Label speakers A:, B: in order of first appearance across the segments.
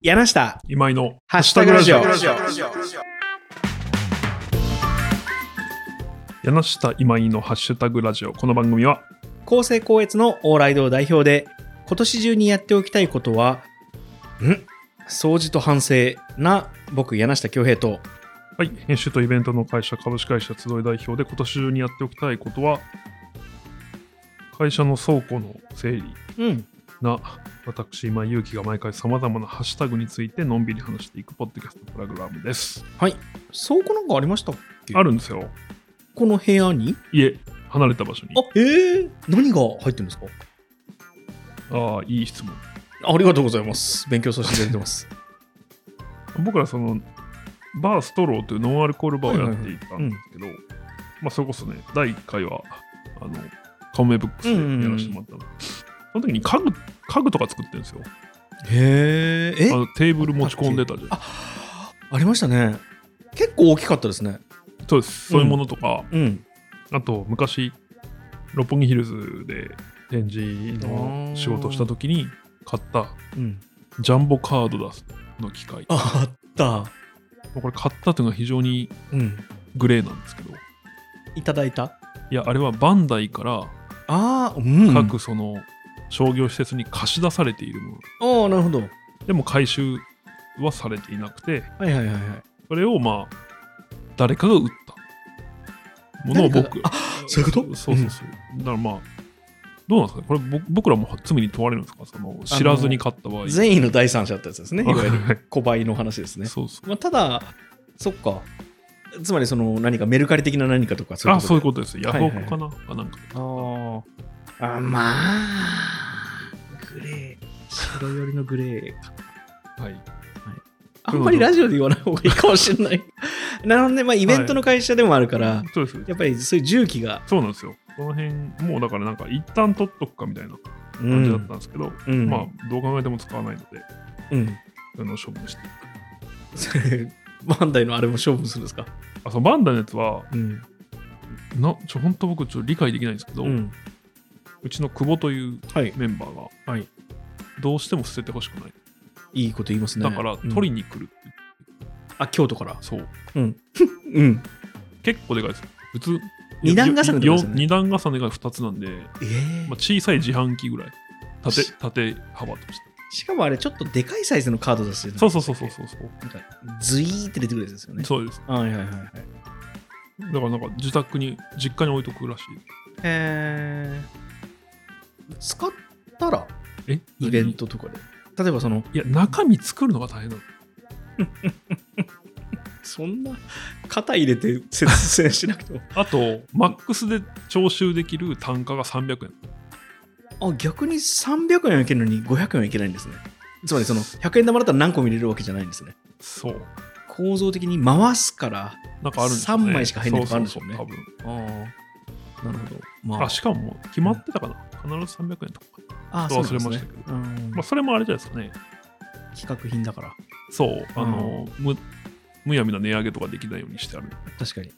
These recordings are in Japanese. A: 柳下、
B: 今井の
A: ハッシュタグラジオ。
B: 柳下今井のハッシュタグラジオ。この番組は
A: 厚生高越の往来堂代表で、今年中にやっておきたいことは、ん掃除と反省な僕、柳下恭平と、
B: はい、編集とイベントの会社株式会社集い代表で今年中にやっておきたいことは会社の倉庫の整理
A: うん、
B: な私今井勇気が毎回さまざまなハッシュタグについてのんびり話していくポッドキャストプログラムです
A: はい。倉庫なんかありました
B: あるんですよ
A: この部屋に
B: 家離れた場所に
A: あ、ええ何が入ってるんですか
B: ああいい質問
A: ありがとうございます。勉強させていただいてます。
B: 僕らそのバーストローというノンアルコールバーをやっていたんですけど、まあそれこそね第1回はあのカモメブックスでやらせてもらったの、その時に家具家具とか作ってるんですよ
A: へえ。え
B: あのテーブル持ち込んでたじゃん
A: あ、ありましたね。結構大きかったですね。
B: そうですそういうものとか、
A: うん。
B: あと昔六本木ヒルズで展示の仕事をした時に買った
A: うん。
B: ジャンボカード出すの機械
A: ああった。
B: これ買ったというのは非常に
A: うん。
B: グレーなんですけど
A: いただいた
B: いやあれはバンダイから
A: ああ、うん。
B: 各その商業施設に貸し出されているもの、
A: ああ、なるほど。
B: でも回収はされていなくて
A: はいはいはいはい。
B: それをまあ誰かが売ったものを
A: 誰か
B: 僕
A: があそういうこと
B: そうそうそう、だからまあどうなんですかねこれ僕僕らも罪に問われるんですかその知らずに買った場合
A: 善意の第三者ってやつですね。いわゆる
B: はい
A: 小売の話ですね。
B: そうそう
A: まあ、ただ、そっか。つまりその何かメルカリ的な何かとか
B: あそういう
A: こ
B: ことですヤ
A: は
B: フ
A: いは
B: オ
A: い
B: クかな、あなんか
A: とあーあまあグレー白寄りのグレーか
B: はい
A: あんまりラジオで言わない方がいいかもしれない なのでまあイベントの会社でもあるから、
B: そうです
A: やっぱりそういう重機が、
B: そうなんですよこの辺もうだからなんか一旦取っとくかみたいな
A: う
B: 感じだったんですけど、
A: うん
B: まあどう考えても使わないので
A: うん、
B: あの処分していく
A: それバンダイのあれも勝負するんですか
B: あそのバンダイのやつは
A: うん、
B: なちょ本当僕ちょっと理解できないんですけど、う
A: うん、
B: ちの久保という
A: はい
B: メンバーが、
A: はい
B: どうしても捨ててほしくない、
A: いいこと言いますね
B: だから取りに来るって、
A: あ京都から
B: そう
A: うんうん
B: 結構でかいですよ普通
A: 二段重ねってことですよね
B: よよ二段重ねが2つなんで、
A: ええ
B: まあ、小さい自販機ぐらい縦
A: し
B: 縦幅として
A: しかもあれちょっとでかいサイズのカード出すじゃない
B: そうそうそうそうそうそう、
A: なんかズイーって出てくるやつですよね
B: そうです
A: はいはいはいはい
B: だからなんか自宅に実家に置いとくらしい
A: えー、使ったら
B: え
A: イベントとかで例えばその
B: いや中身作るのが大変なの
A: そんな肩入れて節電しなくても
B: あとマックスで徴収できる単価が300円
A: あ逆に300円はいけるのに500円はいけないんですねつまりその100円玉だったら何個も入れるわけじゃないんですね
B: そう
A: 構造的に回すから
B: なんかあるんです
A: 3枚しか入んないとかあるんでしょうね
B: そうそうそう多分
A: ああなるほどま
B: あしかも決まってたかな、必ず300円とか、
A: あ
B: ちょっと
A: そうなんですね
B: 忘れましたけ
A: うん
B: まあ、それもあれじゃないですかね
A: 企画品だから
B: そうあの、むむやみな値上げとかできないようにしてある
A: 確かに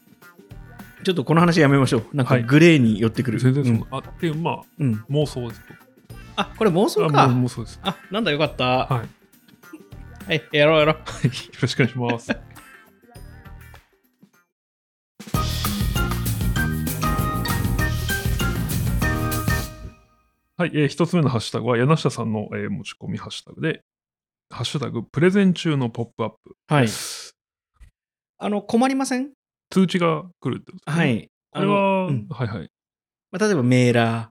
A: ちょっとこの話やめましょうなんか
B: はい
A: グレーに寄ってくる、
B: 全然そ
A: うん
B: の、あっていうまあ
A: うん
B: 妄想です
A: あこれ妄想か
B: あ
A: あ
B: もう妄想です
A: なんだよかったは
B: はいよ
A: い、やろうやろう
B: ろしくお願いしますはい、えー、一つ目のハッシュタグは柳下さんの、えー持ち込みハッシュタグで「ハッシュタグプレゼン中のポップアップ
A: はいあの困りません」
B: 通知が来るってことですね
A: はい
B: これ
A: あ
B: は、
A: のうん
B: はいはい
A: まあ、例えばメーラ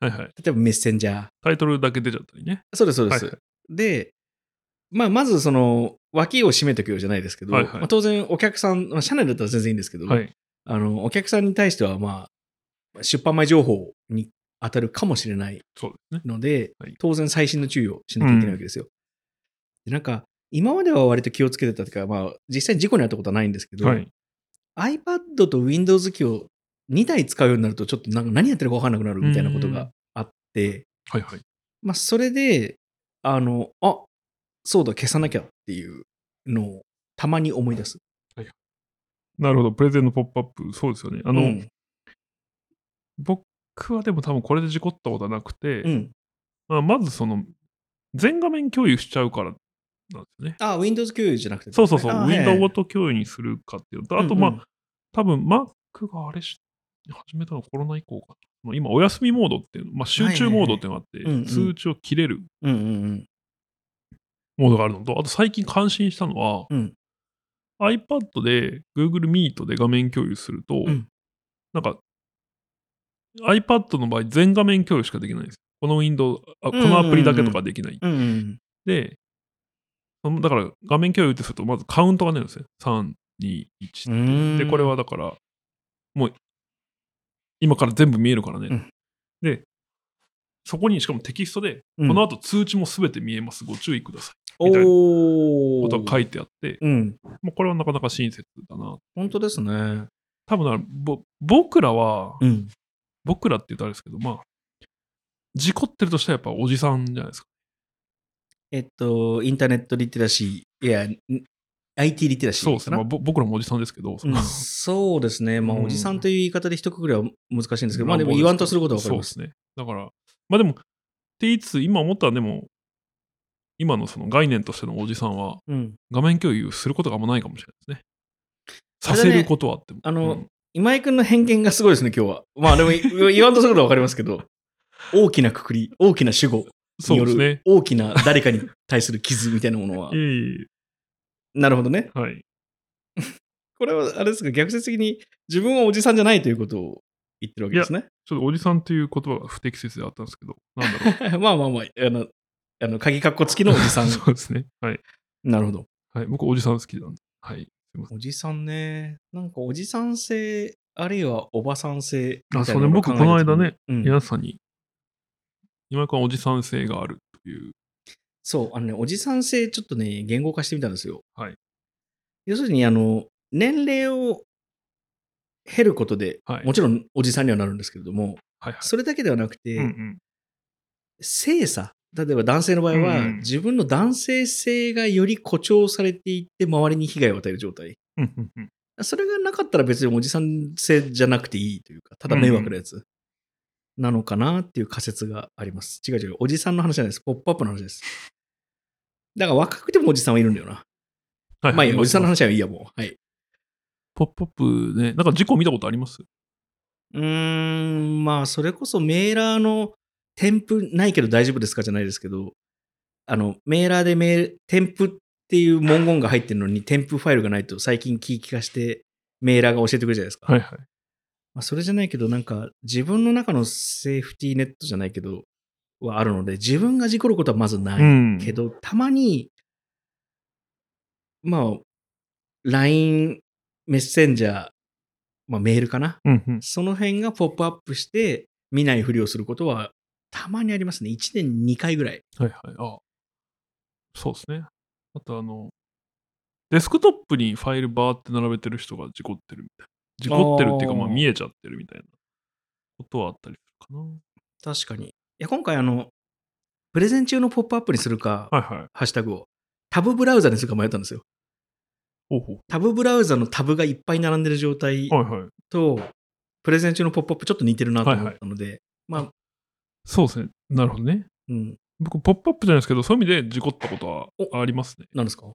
B: はいはい
A: ー例えばメッセンジャー
B: タイトルだけ出ちゃったりね
A: そうですそうです、
B: はい
A: で、まあ、まずその脇を締めとくようじゃないですけど、
B: はいはい
A: まあ、当然お客さん、まあ、社内だったら全然いいんですけど、
B: はい
A: あのお客さんに対しては、まあ、出版前情報に当たるかもしれない
B: そうですね
A: ので、
B: はい
A: 当然最新の注意をしなきゃいけないわけですよ。でなんか、今までは割と気をつけてたというか、まあ、実際に事故に遭ったことはないんですけど、
B: はい
A: iPad と Windows 機を2台使うようになると、ちょっとなんか何やってるか分かんなくなるみたいなことがあって、
B: はいはい
A: まあ、それで、あの、あそうだ、消さなきゃっていうのをたまに思い出す。
B: なるほどプレゼンのポップアップそうですよねあ
A: あ
B: の、
A: うん、
B: 僕はでも多分これで事故ったことはなくて、
A: うん
B: まあ、まずその全画面共有しちゃうからなんですよね。
A: あ、Windows 共有じゃなくて、
B: そうそうそう、
A: あ
B: Windows ご
A: はい
B: と共有にするかっていうのと、あと、
A: うん
B: ま
A: う
B: あ、
A: ん
B: 多分 Mac があれし始めたのコロナ以降かな。今、お休みモードっていうの、まあ、集中モードっていうのがあって、
A: いはいはいうんうん
B: 通知を切れる
A: うんうん
B: モードがあるのと、あと最近感心したのは、
A: うん
B: iPad で Google Meet で画面共有すると、
A: うん
B: なんか iPad の場合全画面共有しかできないんです。この Windows、あこ
A: うんうん
B: のアプリだけとかできない。
A: うん。うんうん
B: で、そのだから画面共有ってするとまずカウントが出るんですね。3、2、
A: う
B: 1。
A: ん。
B: で、これはだから、もう今から全部見えるからね。
A: うん
B: で、そこにしかもテキストで、
A: うん、
B: この後通知も全て見えます。ご注意ください。みたいな
A: お
B: ことが書
A: い
B: いてあって、
A: うん。
B: まあ、これはなかなか親切だな。
A: 本当ですね。
B: 多分だからぼ僕らは、
A: うん。
B: 僕らって言うとあれですけど、まあ、事故ってるとしたらやっぱおじさんじゃないですか。
A: えっと、インターネットリテラシー、いや、ん IT リテラシー
B: そうですね。まあ、
A: か
B: ぼ僕らもおじさんですけど、そ
A: な
B: の
A: うんそうですね。まあ、
B: うん
A: おじさんという言い方で一括りは難しいんですけど、まあでも
B: 乱暴すけど
A: 言わんとすることは分かります。
B: そうですね。だから、まあでも、って言いつつ、今思ったらでも、今のその概念としてのおじさんは、
A: うん。
B: 画面共有することがあんまないかもしれないですね。
A: あ
B: さ
A: れだ
B: せ
A: ね
B: ることはあっても。
A: あの
B: うん
A: 今井君の偏見がすごいですね、今日は。まあ でもい言わんとすることは分かりますけど、大きなくくり、大きな主語
B: そ
A: に
B: う
A: よ
B: です
A: る
B: ね。
A: 大きな誰かに対する傷みたいなものは。
B: いえい
A: なるほどね。
B: えはい。
A: これはあれですか、逆説的に自分はおじさんじゃないということを言ってるわけですね。
B: ちょっとおじさんという言葉が不適切であったんですけど、なんだろ
A: まあまあまあ、あの、あの鍵かっこ付きのおじさん
B: う。。そうですね。はい。
A: なるほど。
B: はい、僕、おじさん好きなんで。はい。すいません
A: おじさんね。なんかおじさん性、あるいはおばさん性み
B: あ
A: た
B: そ
A: いな
B: うね
A: のを考えた時に。
B: 僕この間ね
A: うん、
B: 皆さんに、今井君はおじさん性があるという。
A: そう、あのね、おじさん性ちょっとね、言語化してみたんですよ。
B: はい。
A: 要するに、あの、年齢を減ることで、
B: はい
A: もちろんおじさんにはなるんですけれども、
B: はいはい。
A: それだけではなくて、
B: うんうん
A: 性差。例えば男性の場合は、
B: うん
A: 自分の男性性がより誇張されていって、周りに被害を与える状態。
B: うんうんうん
A: それがなかったら別におじさん性じゃなくていいというか、ただ迷惑なやつなのかなっていう仮説があります。違う違う、おじさんの話じゃないです。ポップアップの話です。だから若くてもおじさんはいるんだよな。
B: はい
A: まあいいや、おじさんの
B: 話。
A: 話はいいや、もう。はい。
B: ポップアップね、なんか事故見たことあります
A: うーん、まあそれこそメーラーの添付ないけど大丈夫ですかじゃないですけど、あの、メーラーでメール、添付っていう文言が入ってるのに添付ファイルがないと最近聞き聞かしてメーラーが教えてくれるじゃないですか。
B: はいはい。
A: まあ、それじゃないけど、なんか自分の中のセーフティーネットじゃないけど、はあるので、自分が事故ることはまずない
B: ん
A: けど、たまに、まあ、LINE、メッセンジャー、まあ、メールかな。
B: うんうん
A: その辺がポップアップして、見ないふりをすることは、たまにありますね。1年2回ぐらい。
B: はいはい。あそうですね。あとあの、デスクトップにファイルバーって並べてる人が事故ってるみたいな。事故ってるっていうか、
A: あー
B: まあ見えちゃってるみたいなことはあったりするか
A: 確かに。いや、今回、あの、プレゼン中のポップアップにするか、
B: な。はいはい。
A: ハッシュタグを、タブブラウザにするか迷ったんですよ。
B: ほうほ
A: タブブラウザのタブがいっぱい並んでる状態
B: う。はいはい。
A: と、プレゼン中のポップアップちょっと似てるなと思ったので、まあ、
B: そうですね。なるほどね。
A: うん、
B: 僕、ポップアップじゃないですけど、そういう意味で事故ったことはありますね。
A: なんですか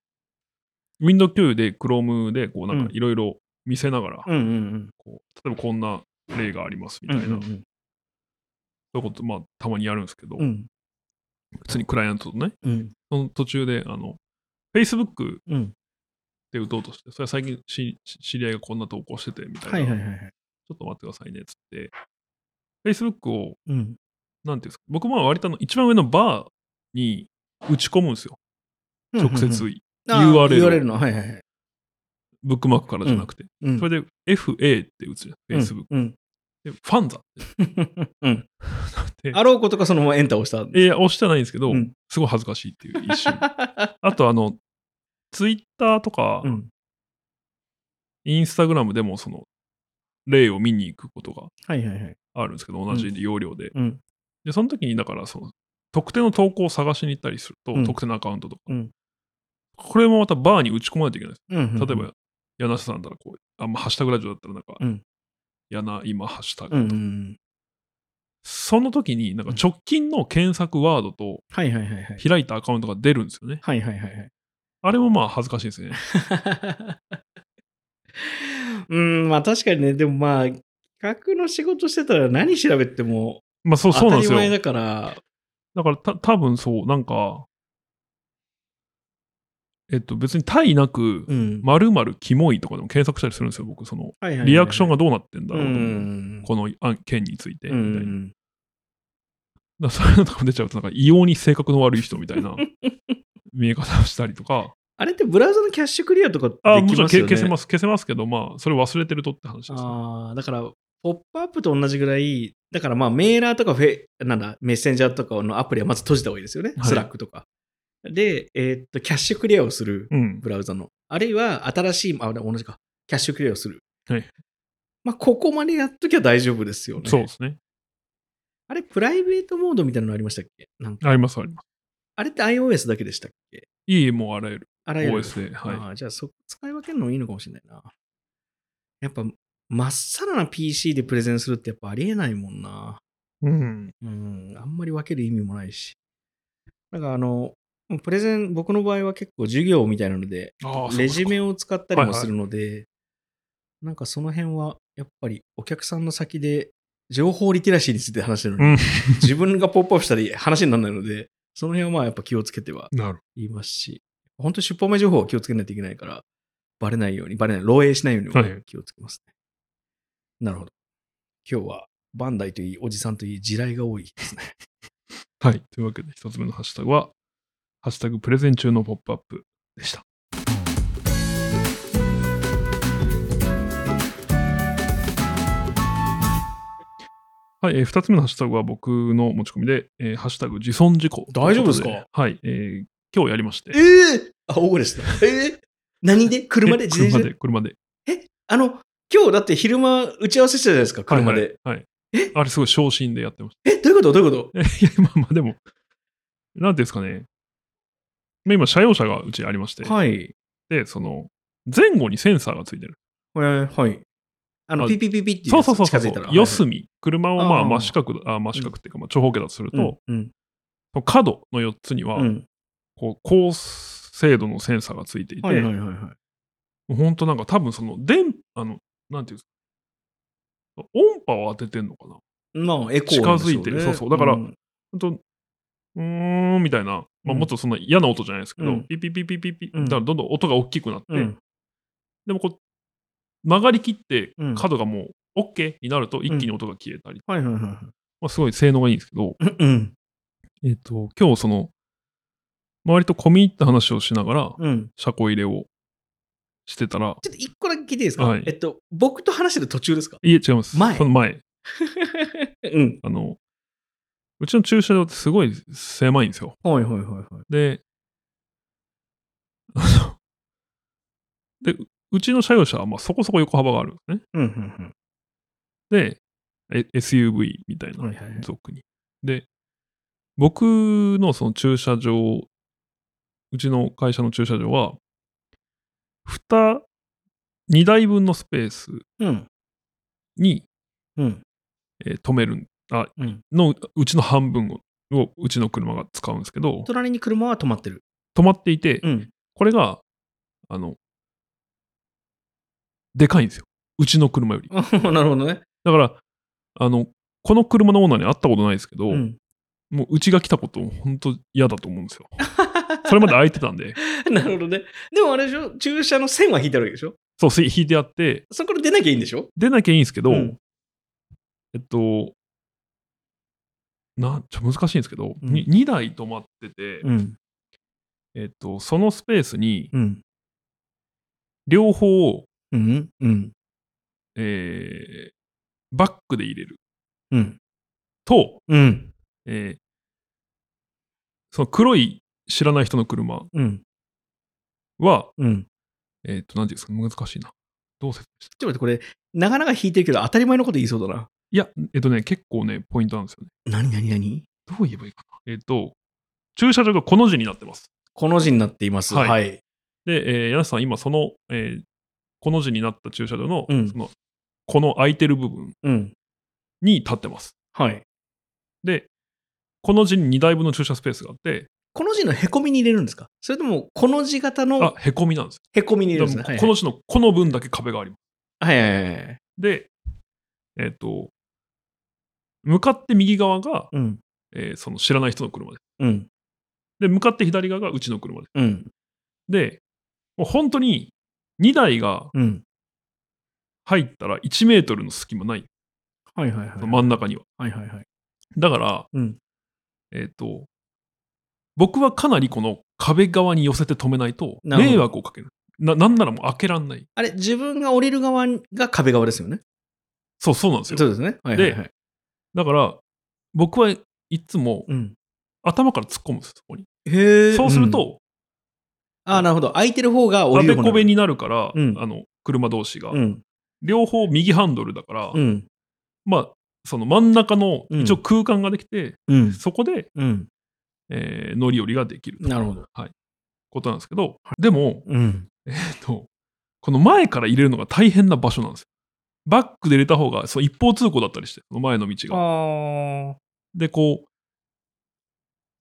B: Windows 共有で Chrome で、こう、なん
A: う
B: か
A: ん
B: いろいろ見せながら、
A: うんうん
B: こう例えばこんな例がありますみ
A: う
B: た
A: ん。
B: いな、そういうこと、まあ、たまにやるんですけど、
A: うん
B: 普通にクライアントとね、
A: うん
B: その途中で、あの、Facebook
A: うん。
B: で打とうとして、それは最近しし知り合いがこんな投稿しててみたいな、
A: はいはいはいはい。
B: ちょっと待ってくださいねっつって、Facebook を、
A: うん。
B: なんていうんですか、僕も割とあの一番上のバーに打ち込むんですよ、直接、
A: うんうんうんあ
B: URL
A: ー
B: を
A: URL の。はいはいはい。
B: ブックマークからじゃなくて、
A: うん
B: それで FA って打つじゃん、Facebook。
A: うん。
B: で、ファンザっ
A: うんうん。
B: てなって、
A: あろうことかそのままエンターを押した。
B: いや、押してはないんですけど、
A: うん
B: すごい恥ずかしいっていう一瞬。 あと、あの、Twitter とか、
A: うん。
B: インスタグラムでもその、例を見に行くことが
A: はいはいはい。
B: あるんですけど、同じ容量で。
A: うん。
B: で、その時に、だから、その、特定の投稿を探しに行ったりすると、
A: うん
B: 特定のアカウントとか、
A: うん
B: これもまたバーに打ち込まないといけないで
A: うん。
B: す。例えば、柳瀬さんだったら、こう、あんまあハッシュタグラジオだったら、なんか、
A: うん
B: やな、今、ハッシュタグ
A: うん
B: とか。
A: うん。
B: その時に、なんか直近の検索ワードと
A: はいはいはいはい。
B: 開いたアカウントが出るんですよね。
A: はいはいはいはい。
B: あれもまあ恥ずかしいですね。
A: うん、まあ確かにね、でもまあ、企画の仕事してたら何調べても
B: まあそうそ
A: 当
B: うな
A: た
B: んで
A: り
B: すよ。
A: 前だから、
B: だからた多分そう、なんか、えっと、別に対なく、
A: うん。
B: まるまるキモいとかでも検索したりするんですよ、僕、その、
A: はいはいはい
B: リアクションがどうなってんだろうと
A: う
B: 思う、
A: ん
B: この案件についてみ
A: う
B: たいな。だか
A: ん
B: らそういうのとかも出ちゃうと、なんか異様に性格の悪い人みた いな見え方をしたりとか、
A: あれってブラウザのキャッシュクリアとかで
B: あも
A: き
B: ちろん
A: ます
B: け
A: よね。
B: 消せます、消せますけど、まあ、それ忘れてるとって話です、ね。
A: ああ、だから、ポップアップと同じぐらい、だからまあメーラーとかフェ、なんだ、メッセンジャーとかのアプリはまず閉じた方がいいですよね。
B: はい
A: スラックとか。で、えーっと、キャッシュクリアをする、
B: うん。
A: ブラウザの。あるいは、新しい、あ、同じか、キャッシュクリアをする。
B: はい。
A: まあ、ここまでやっときゃ大丈夫ですよね。
B: そうですね。
A: あれ、プライベートモードみたいなのありましたっけなんか
B: あります、あります。
A: あれって iOS だけでしたっけ
B: いい、もうあらゆる
A: あらゆる。
B: OS で。はい
A: ああじゃあそ、使い分けるのもいいのかもしれないな。やっぱ、まっさらな PC でプレゼンするってやっぱありえないもんな。
B: うん。
A: うん、あんまり分ける意味もないし。なんかあの、プレゼン、僕の場合は結構授業みたいなので、
B: ああ、
A: レジュメ
B: を。
A: を使ったりもするので、なんかその辺は、やっぱりお客さんの先で、情報リテラシーについて話してるのに、
B: うん。
A: 自分がポップアップしたり話にならないので、その辺はまあやっぱ気をつけては
B: なる
A: いますし、本当に出版前情報は気をつけないといけないから、バレないように、バレない、漏洩しないように
B: はい
A: 気をつけますね。なるほど。今日は、バンダイといい、おじさんといい、地雷が多いですね。
B: はい。というわけで、一つ目のハッシュタグは、ハッシュタグプレゼン中のポップアップでした。はい、えー、2つ目のハッシュタグは僕の持ち込みで、えーハッシュタグ自損事故。
A: 大丈夫ですか
B: はい、えー今日やりまして。
A: ええあ、大声でした。ええ何 で車で
B: え
A: 自転車
B: 車
A: で
B: で、車で。
A: あの、今日だって昼間打ち合わせしてたじゃないですか、車で。
B: はいはい、はいあれ、すごい昇進でやってまし
A: え、どういうことどういうこと
B: た。 いや、まあまあ、でも、なんていうんですかね。まあ今、車用車がうちありまして、
A: はい。
B: で、その、前後にセンサーがついてる。
A: えーはい。あの、
B: あ
A: ピピピピってい
B: そううそうそう
A: やつ
B: そ
A: 近づい
B: う
A: たら。
B: 四隅、車をま
A: あ
B: あ
A: ー
B: 真四角だ、あ真四角っていうか、まあ、長方形だとすると、
A: はいうん。
B: その角の4つには、
A: うん。
B: こう高精度のセンサーがついていて、
A: はいはいはいは
B: もう本当なんか多分その電、あの、なんていうんですか、音波を当ててんのかな。
A: い。まあ、エコーなんでしょ
B: 近づ
A: ね
B: いてるそうそうだから
A: ん
B: 本当うーんみたいな、まあ、
A: うん
B: もっとそんな嫌な音じゃないですけど、
A: うん
B: ピピピピピピ、
A: うん
B: だからどんどん音が大きくなって、
A: うん
B: でもこう曲がりきって
A: うん
B: 角がもう OK になると一気に音が消えたり、
A: はいはいはいはい。
B: まあ、すごい性能がいいんですけど、
A: うんうん。
B: えっ、と、今日その、周りと込み入った話をしながら、
A: うん。
B: 車庫入れをしてたら、
A: ちょっと一個だけ聞いていいですか、
B: はい
A: えっと、僕と話してる途中ですか
B: いえ、違います。
A: 前
B: その前。
A: うん。
B: あの、うちの駐車場ってすごい狭いんですよ。
A: はいはいはいはい。
B: で、あの、で、うちの車用車はまあそこそこ横幅があるんですね。
A: うんうん
B: で、え SUV みたいな、
A: はいはいはい
B: 俗に。で、僕のその駐車場、うちの会社の駐車場は、2、2台分のスペース
A: うん。うん。
B: に、
A: うん。
B: えー止めるんあ
A: うん。
B: の、うちの半分を、をうちの車が使うんですけど、
A: 隣に車は止まってる。
B: 止まっていて、
A: うん。
B: これが、あの、でかいんですよ。うちの車より。
A: なるほどね。
B: だから、あの、この車のオーナーに会ったことないですけど、
A: うん。
B: もううちが来たこと、本当嫌だと思うんですよ。それまで空いてたんで、
A: なるほどね。でもあれでしょ駐車の線は引いてあるわけでしょ
B: そう、せ引いてあって、
A: そこから出なきゃいいんでしょ
B: 出なきゃいいんですけど、
A: うん
B: えっと、なちょ難しいんですけど、
A: うん
B: に 2, 台止まってて、
A: うん。
B: えっと、そのスペースに
A: うん。
B: 両方を、
A: うん。うん。
B: えーバックで入れる
A: うん。
B: と、
A: うん。
B: えーその黒い知らない人の車
A: うん。
B: は、
A: うん。
B: えっと、なんていうんですか、難しいな。どう説明した
A: ちょっと待って、これ、なかなか引いてるけど当たり前のこと言いそうだな。
B: いや、えっとね、結構ね、ポイントなんですよね。
A: 何何何
B: どう言えばいいかな。えっ、と、駐車場がこの字になってます。
A: この字になっています。
B: はい
A: はい。
B: で、えー、柳瀬さん、今、その、えーこの字になった駐車場の、
A: うん
B: その、この空いてる部分
A: うん。
B: に立ってます。
A: はい。
B: で、この字に2台分の駐車スペースがあって、
A: この字のへこみに入れるんですかそれとも、この字型
B: あ
A: の、
B: へこみなんです
A: へこみに入れ
B: よ。
A: るんです
B: だか
A: ね。
B: らこの字のこの分だけ壁があります。
A: はいはいはいはい。
B: で、えっ、と、向かって右側が、
A: うん。
B: えーその知らない人の車で
A: うん。
B: す。で、向かって左側がうちの車で
A: うん。
B: す。で、もう本当に2台が
A: うん。
B: 入ったら1メートルの隙間ない、
A: はいはいはい。
B: 真ん中には。
A: はいはいはい。
B: だから、
A: うん。
B: えっ、と、僕はかなりこの壁側に寄せて止めないと、
A: なるほど
B: 迷惑をかける。ななんならもう開けらんない。
A: あれ、自分が降りる側が壁側ですよね。
B: そう、そうなんですよ。
A: そうですね。はいはいはい。
B: だから、僕はいつも
A: うん、
B: 頭から突っ込むんです、そこに。
A: へえ。
B: そうすると、
A: うん、ああ、なるほど。空いてる方が降
B: あ
A: り
B: べ
A: る方
B: こべになるから、
A: うん
B: あの車同士が、
A: うん。
B: 両方右ハンドルだから、
A: うん。
B: まあ、その真ん中の
A: うん
B: 一応空間ができて、
A: うん。
B: そこで、
A: うん。
B: えー乗り降りができると
A: なるほど。
B: はい、ことなんですけど、でも、
A: うん。
B: えっと、この前から入れるのが大変な場所なんですよ。バックで入れた方がそう一方通行だったりして、その前の道が。
A: ああ。
B: で、こう、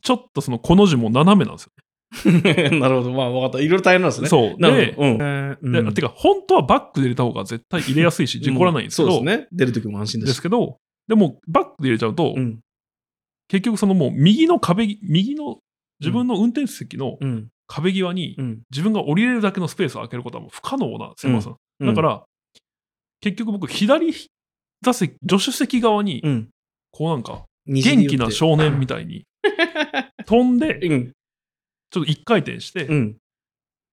B: ちょっとそのこの字も斜めなんですよ
A: なるほど。まあ、分かった。いろいろ大変なんです
B: ね。
A: ね。
B: そう。
A: な
B: で
A: るほ、ど。うん。え
B: で
A: うん
B: てか、本当はバックで入れた方が絶対入れやすいし、事故らないんですけど、
A: うそうですね。出るときも安心
B: で
A: です
B: すけど、でも、バックで入れちゃうと、
A: うん。
B: 結局、そのもう右の壁、右の自分の運転席の
A: うん。
B: 壁際に、
A: うん。
B: 自分が降りれるだけのスペースを空けることはもう不可能な狭さ。
A: うん
B: だか、ら、結局僕、左座席、助手席側に、
A: うん。
B: こうなんか、元
A: 元
B: 気な少年みたい に、飛んで、
A: うん。
B: ちょっと一回転して、
A: うん。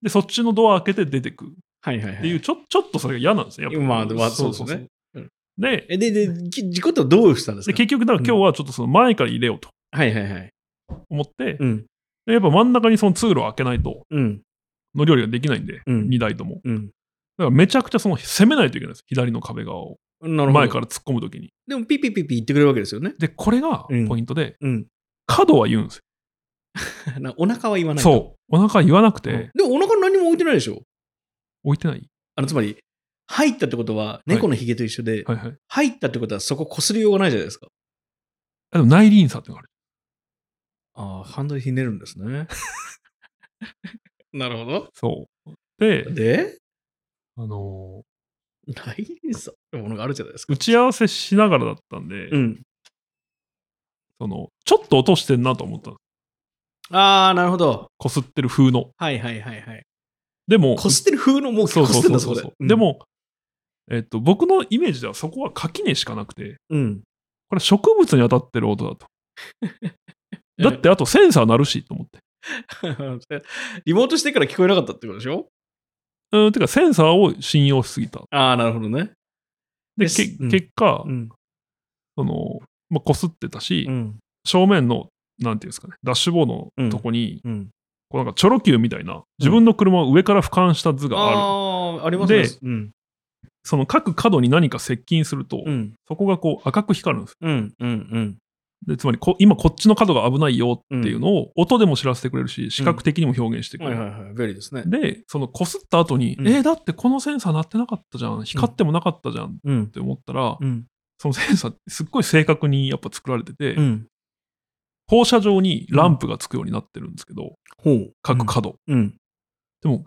B: で、そっちのドア開けて出てくっ
A: はいはいはい。
B: ていう、ちょちょっとそれが嫌なんですね、やっぱり
A: まあでもそうですねうん
B: で、
A: え、で、で、き事故ってどうしたんです
B: で
A: か
B: 結局、だから今日はちょっとその前から入れようと
A: はいはいはい。
B: 思って、
A: うん。
B: でやっぱ真ん中にその通路を開けないと
A: うん。
B: 乗り降りができないんで、
A: うん
B: 2台とも。
A: うん。
B: だからめちゃくちゃその攻めないといけないです。左の壁側を
A: なるほど。
B: 前から突っ込むときに。
A: でも、ピッピッピッピ言ってくれるわけですよね。
B: で、これが
A: うん
B: ポイントで、
A: うん。
B: 角は言うんですよ。
A: なお腹は言わないと。
B: そう。お腹は言わなく
A: うん。
B: て、
A: でも、お腹何も置いてないでしょ
B: 置いてない。
A: あの、つまり、入ったってことは、猫のひげと一緒で、
B: はいはい。
A: 入ったってことは、そこ擦りようがないじゃないですか。
B: あでも内輪差ってのがある。
A: ああ、ハンドルひねるんですね。 なるほど。
B: そう。で、
A: で、
B: あの
A: ないさってものがあるじゃないです
B: ー
A: か。
B: 打ち合わせしながらだったんで、
A: うん。
B: その、ちょっと落としてんなと思ったの。
A: ああ、なるほど。
B: こすってる風の。
A: はいはいはいはい。
B: でも、
A: こすってる風のもう
B: そ
A: こ
B: うそ
A: す
B: う
A: ってん
B: そう
A: だ、
B: そ
A: そうこで。うん
B: で、も、えっと、僕のイメージではそこは垣根しかなくて、
A: うん。
B: これ植物に当たってる音 だと。だって、あとセンサー鳴るしと思って。
A: リモートしてから聞こえなかったってことでしょ
B: うん、てか、センサーを信用しすぎた。
A: ああ、なるほどね。
B: で、
A: です
B: け
A: うん
B: 結果、
A: ん。
B: その、まあ、こすってたし、
A: うん。
B: 正面の、なんていうんですかね、ダッシュボードのとこに、
A: うん。
B: こうなんかチョロ Q みたいな、自分の車を上から俯瞰した図がある。
A: ああ、ありますね
B: で。
A: うん。
B: その各角に何か接近すると、
A: うん。
B: そこがこう赤く光るんです。
A: うん。うん。
B: でつまりこ今こっちの角が危ないよっていうのを音でも知らせてくれるし、視覚的にも表現してく
A: うん。
B: れ
A: はい
B: る。
A: はいはい。便利ですね。
B: で、そのこすった後に、
A: うん
B: えーだってこのセンサー鳴ってなかったじゃん、光ってもなかったじゃんっ
A: うん。
B: て思ったら、
A: うん。
B: そのセンサーってすっごい正確にやっぱ作られてて、
A: うん。
B: 放射状にランプがつくようになってるんですけど、
A: ほう。
B: 各角。
A: うん。
B: でも、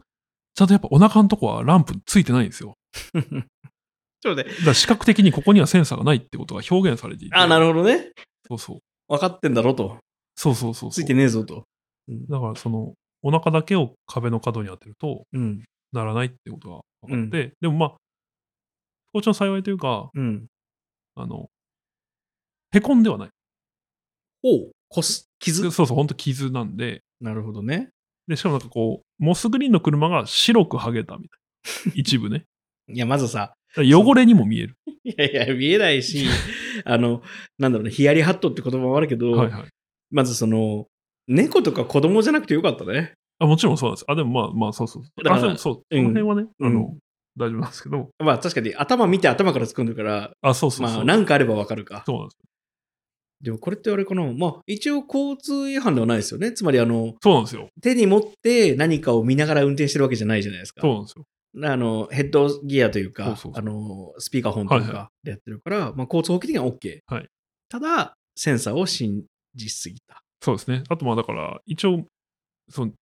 B: ちゃんとやっぱお腹のとこはランプついてないんですよ。
A: ちょっと待って。
B: だから視覚的にここにはセンサーがないってことが表現されていて。
A: ああ、なるほどね。
B: そうそう。
A: 分かってんだろと。
B: そうそうそうそう。
A: ついてねえぞと。
B: だからその、お腹だけを壁の角に当てると、
A: うん。
B: ならないってことが分かって、でもまあ、不幸中の幸いというか、
A: うん。
B: あの、へこんではない。
A: おう。こす、
B: そう
A: 傷。
B: そう、本当傷なんで、
A: なるほどね。
B: で、しかもなんかこう、モスグリーンの車が白く剥げたみたいな。一部 ね。
A: いや、まずさ、
B: だから汚れにも見える。
A: いやいや、見えない し、あの、なんだろうね、ヒヤリハットって言葉もあるけど、
B: はいはい。
A: まずその、猫とか子供じゃなくてよかったね。
B: あもちろんそうなんです。あ、でもまあまあ、そうそうそう。
A: だから
B: あでもそう、
A: うん
B: その辺はね、あ
A: う
B: の
A: ん、
B: 大丈夫なんですけど、
A: まあ確かに頭見て頭から突っ込んでるから、
B: あ、そうそう
A: ま
B: そ
A: あ
B: う。
A: なんかあればわかるか。
B: そうなんです。
A: でもこれってあれかな、まあ一応交通違反ではないですよね。つまりあの、
B: そうなんですよ。
A: 手に持って何かを見ながら運転してるわけじゃないじゃないですか。
B: そうなんですよ。
A: あのヘッドギアというか、
B: そうそうそ
A: あ
B: う
A: のスピーカーホンと
B: はい
A: か
B: は
A: でやってるから、まあ、交通法規的には OK、
B: はい
A: ただ、センサーを信じすぎた。
B: そうですね。あとまあだから、一応、その、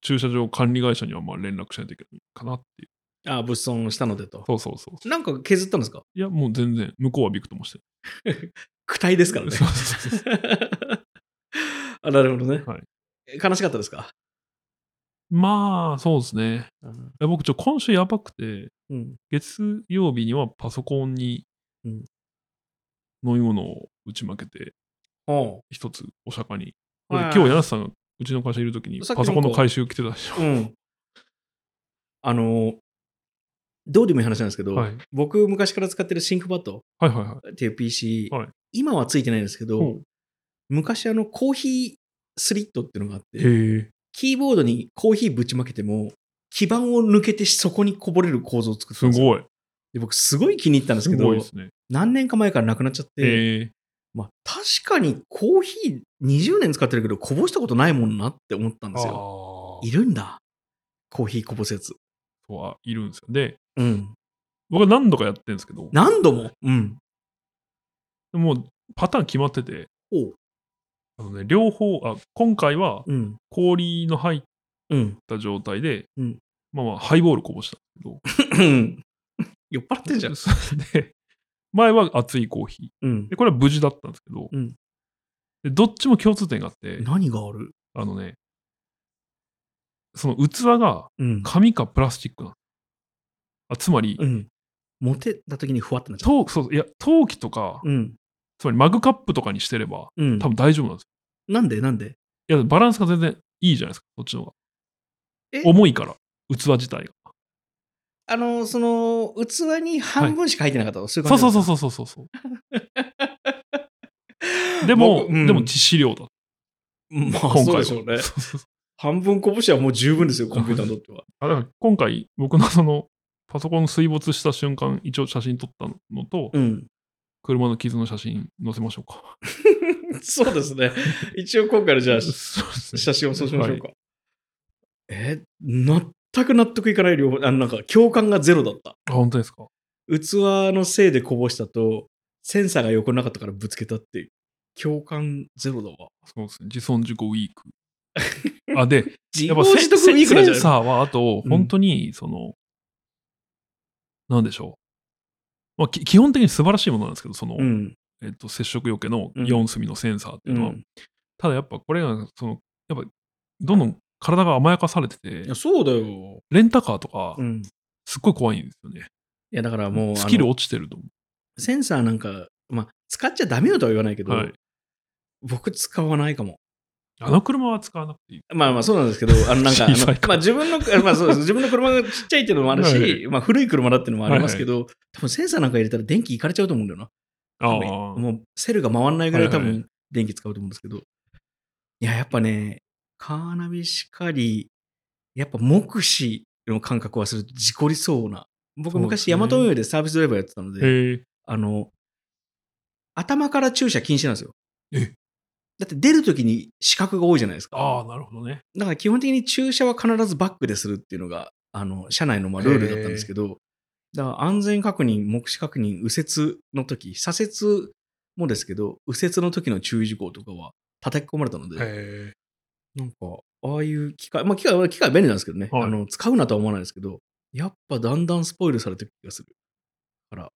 B: 駐車場管理会社にはまあ連絡しないといけないかなっていう。
A: あ、物損したのでと。
B: そうそうそう。
A: なんか削ったんですか
B: いや、もう全然、向こうはびくともして
A: 躯体ですか
B: な
A: ら
B: い。
A: ね。
B: そうそうそう。
A: あなるほどね、
B: はい
A: 悲しかったですか、
B: まあ、そうですね。いや僕、ちょ、今週やばくて、
A: うん、
B: 月曜日にはパソコンに
A: うん
B: 飲み物を打ちまけて、
A: お
B: 一つお釈迦に。
A: はい
B: で今日、柳瀬さんがうちの会社いるときに、
A: さっき
B: パソコン
A: なん
B: の
A: か
B: 回収来てたでしょ
A: う。うん。あの、どうでもいい話なんですけど、
B: はい
A: 僕昔から使ってるシンクパッド
B: はいはいは
A: っていう PC、
B: はい
A: 今はついてないんですけ
B: ほ
A: ど、昔あのコーヒースリットっていうのがあっ
B: い。
A: て、
B: へえ、
A: キーボードにコーヒーぶちまけても、基板を抜けてそこにこぼれる構造を作って
B: す
A: たんですよ
B: ごい。
A: で僕すごい気に入ったんです
B: す
A: けど
B: ごいですね。
A: 何年か前からなくなっちゃって、
B: へえ、
A: まあ、確かにコーヒー20年使ってるけど、こぼしたことないもんなって思ったんですよ。
B: ああ
A: いるんだ。コーヒーこぼすやつ。
B: とはいるんですよ。で、
A: うん。
B: 僕は何度かやってるんですけど、
A: 何度も。うん。
B: もうパターン決まってて、
A: おう。
B: あのね、両方、あ、今回は
A: うん。
B: 氷の入っ
A: うん。
B: た状態で、
A: うん
B: まあまあ、ハイボールこぼしたんです
A: 酔っ払っ
B: け
A: て
B: ど、
A: んじゃん。
B: それ で、前は熱いコーヒ
A: うん
B: ー。で、。これは無事だったんですけど、
A: うん
B: でどっちも共通点があって、
A: 何がある
B: あのね、その器が
A: うん。
B: 紙かプラスチックなんあつまり、
A: うん。モテた時にふわってなっちゃう。
B: 陶そういや陶器とか、
A: うん。
B: つまりマグカップとかにしてれば、
A: うん。
B: 多分大丈夫なんです
A: なんでなんで
B: よ。いや、バランスが全然いいじゃないですか、そっちの方が。
A: え
B: 重いから、器自体が。
A: あの、その、器に半分しか入ってなかったと。そう
B: そうそうそううそうそうそうそう。
A: 感じ。
B: でも、
A: 僕うん
B: でも致死量だ。
A: まあ、
B: 今回
A: そう
B: は
A: でしょうね
B: そ。うそうそう
A: 半分こぼしはもう十分ですよ、コンピューターにとっては。
B: あだから今回、僕のその、パソコン水没した瞬間、一応写真撮ったのと、
A: うん。
B: 車の傷の写真載せましょうか。
A: そうですね。一応今回のじゃあ、
B: そうですね
A: 写真をそうしましょうか。え、全く納得いかない両方、あのなんか共感がゼロだった。
B: あ、本当ですか。
A: 器のせいでこぼしたと、センサーが横になかったからぶつけたっていう。共感ゼロだわ。
B: そうですね。自損事故ウ ィーク。あ、で、
A: 自
B: や
A: 業
B: っぱセ
A: 自
B: ンセ
A: 得ウィークなんじ
B: セ
A: ゃ
B: ン
A: ないの
B: サーは、あと、
A: うん
B: 本当に、その、なんでしょう。まあ、き基本的に素晴らしいものなんですけど、その、
A: うん。
B: えっと、接触よけの
A: うん
B: 4隅のセンサーっていううのは、
A: ん、
B: ただやっぱこれが、その、やっぱ、どんどん体が甘やかされてて
A: いや、、そうだよ。
B: レンタカーとか
A: う、ん。い
B: すっごい怖いんですよね。
A: や、だからもう、
B: スキル
A: あの
B: 落ちてると思
A: センサーなんか、まあ、使っちゃダメよとは言わないけ
B: う。
A: ど、
B: はい。
A: 僕使わないかも。
B: あの車は使わなくていい。
A: まあまあそうなんですけど、あのなんか、あ
B: 小さい
A: の
B: か
A: まあ自分の、まあそうです自分の車がちっちゃいっていうのもあるし、
B: はい
A: まあ古い車だっていうのもありますけど、多分センサーなんか入れたら電気いかれちゃうと思うんだよな。
B: あ
A: 多分
B: あ。
A: もうセルが回らないぐらい
B: はい
A: 多
B: はい
A: 分電気使うと思うんですけど。いや、やっぱね、カーナビしかり、やっぱ目視の感覚はすると事故りそうな。僕
B: そうです
A: 昔、
B: ね
A: ヤマト運輸でサービスドライバーやってたので、
B: へえ。
A: あの、頭から駐車禁止なんですよ。
B: え
A: だって出るときに死角が多いじゃないですか。
B: ああ、なるほどね。
A: だから基本的に駐車は必ずバックでするっていうのが、あの、社内のまあルールだったんですけど、だから安全確認、目視確認、右折の時、左折もですけど、右折の時の注意事項とかは叩き込まれたので、
B: へえ。
A: なんか、ああいう機械、まあ機械は機械は便利なんですけどね、
B: はい
A: あの、使うなとは思わないですけど、やっぱだんだんスポイルされてる気がする。だから、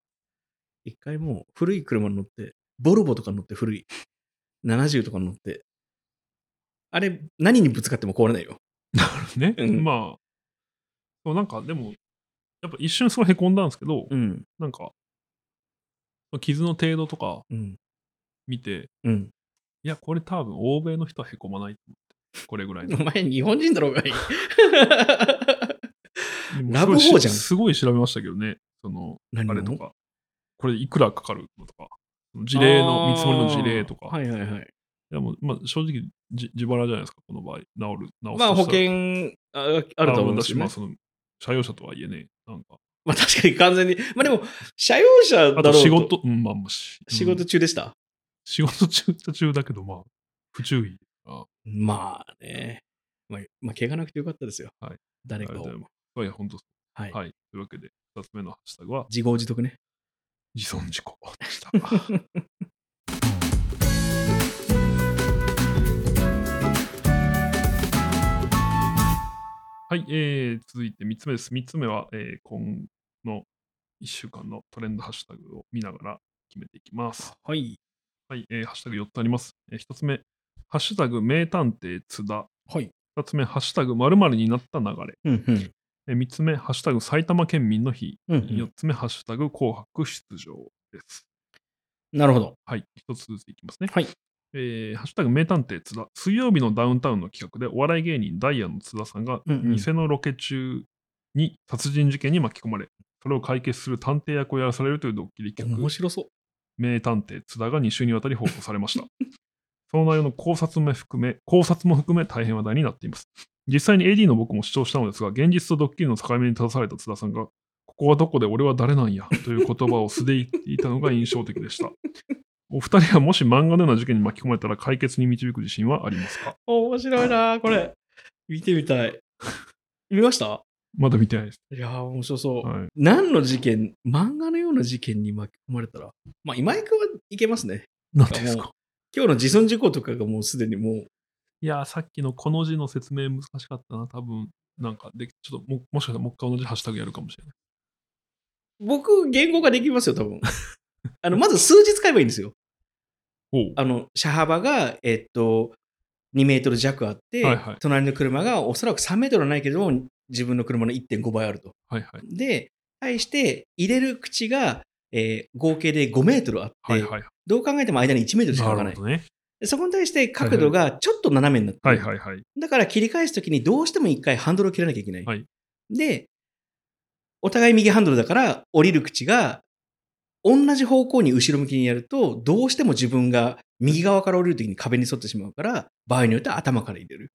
A: 一回もう古い車に乗って、ボルボとかに乗って古い、70とかに乗って、あれ、何にぶつかっても壊れないよ。
B: なるほど
A: う
B: ね。
A: ん
B: まあ、そうなんかでも、やっぱ一瞬すごいへこんだんですけど、
A: うん。
B: なんか、傷の程度とか
A: うん。
B: 見て、
A: うん。
B: いや、これ多分欧米の人はへこまないと思って、これぐらい の
A: お。前、日本人だろう がいい。
B: でも
A: ラブ
B: すご
A: ホー
B: い
A: じゃん
B: すごい調べましたけどね、その、
A: 何を
B: あれとか、これいくらかかるのとか、事例の、見積もりの事例とか、
A: はいはいはい。
B: でもまあ、正直じ自腹じゃないですか、この場合、治る、治すとしたら
A: まあ、保険ああると思うんですよ、
B: ま
A: ね
B: あだし。まあ、その、社用車とはいえね、なんか、
A: まあ、確かに完全に。まあ、でも、社用車だろ
B: あ
A: うと。
B: と仕事、うん、まあ、まあし
A: 仕
B: う
A: 事
B: ん
A: 中でした。
B: 仕事中中だけど、まあ、不注意。
A: まあね。まあ、まあ、怪我なくてよかったですよ。
B: はい
A: 誰
B: あ
A: か
B: りが
A: を
B: とうご。ざいますはい、本当
A: はい。
B: はい。というわけで、2つ目のハッシュタグは、
A: 自業自得ね。
B: 自損事故でした。はい、えー、続いて3つ目です。3つ目は、えー、今の1週間のトレンドハッシュタグを見ながら決めていきます。
A: はい。
B: はい、えー、ハッシュタグ4つあります。えー、1つ目、ハッシュタグ名探偵津田。
A: はい。
B: 2つ目、ハッシュタグ〇〇になった流れ。
A: うんうん。
B: えー、3つ目、ハッシュタグ埼玉県民の日。
A: うんう
B: 4
A: ん、
B: つ目、ハッシュタグ紅白出場です。
A: なるほど。
B: はい、1つずついきますね。
A: はい。
B: えーハッシュタグ名探偵津田。水曜日のダウンタウンの企画でお笑い芸人ダイヤの津田さんが
A: うんうん
B: 偽のロケ中に殺人事件に巻き込まれ、それを解決する探偵役をやらされるというドッキリ企
A: 面
B: 画、
A: 白そう。
B: 名探偵津田が2週にわたり放送されました。 その内容の考察も含め、考察も含め大変話題になっています。実際に AD の僕も主張したのですが、現実とドッキリの境目に立たされた津田さんが、ここはどこで俺は誰なんやという言葉を素で言っていたのが印象的でした。お二人はもし漫画のような事件に巻き込まれたら解決に導く自信はありますか
A: 面白いな、これ。見てみたい。見ました
B: まだ見てないです。
A: いやー、面白そう。
B: はい、
A: 何の事件、漫画のような事件に巻き込まれたら、まあ、今井君はいけますね。
B: なんでです
A: も
B: か
A: 今日の自損事故とかがもうすでにも
B: いやー、さっきのこの字の説明難しかったな、多分なんかで、ちょっとももしかしたらもう一回同じハッシュタグやるかもしれない。
A: う、僕、言語ができますよ、多 分あのまず数字使えばいいんですよ。
B: おう
A: あの、車幅が、えっと、2メートル弱あって、
B: はいはい
A: 隣の車がおそらく3メートルはないけれども、自分の車の1.5倍あると。
B: はいはい。
A: で、対して、入れる口が、えー合計で5メートルあって、
B: はいはい。
A: どう考えても間に1メートルしか
B: な
A: 置かな
B: る
A: い
B: ほ。どね。
A: でそこに対して角度がちょっと斜めになってる、
B: はいはいはい。
A: だから切り返すときにどうしても一回ハンドルを切らなきゃいけない。
B: はい
A: で、お互い右ハンドルだから降りる口が同じ方向に後ろ向きにやるとどうしても自分が右側から降りるときに壁に沿ってしまうから場合によっては頭から入れる。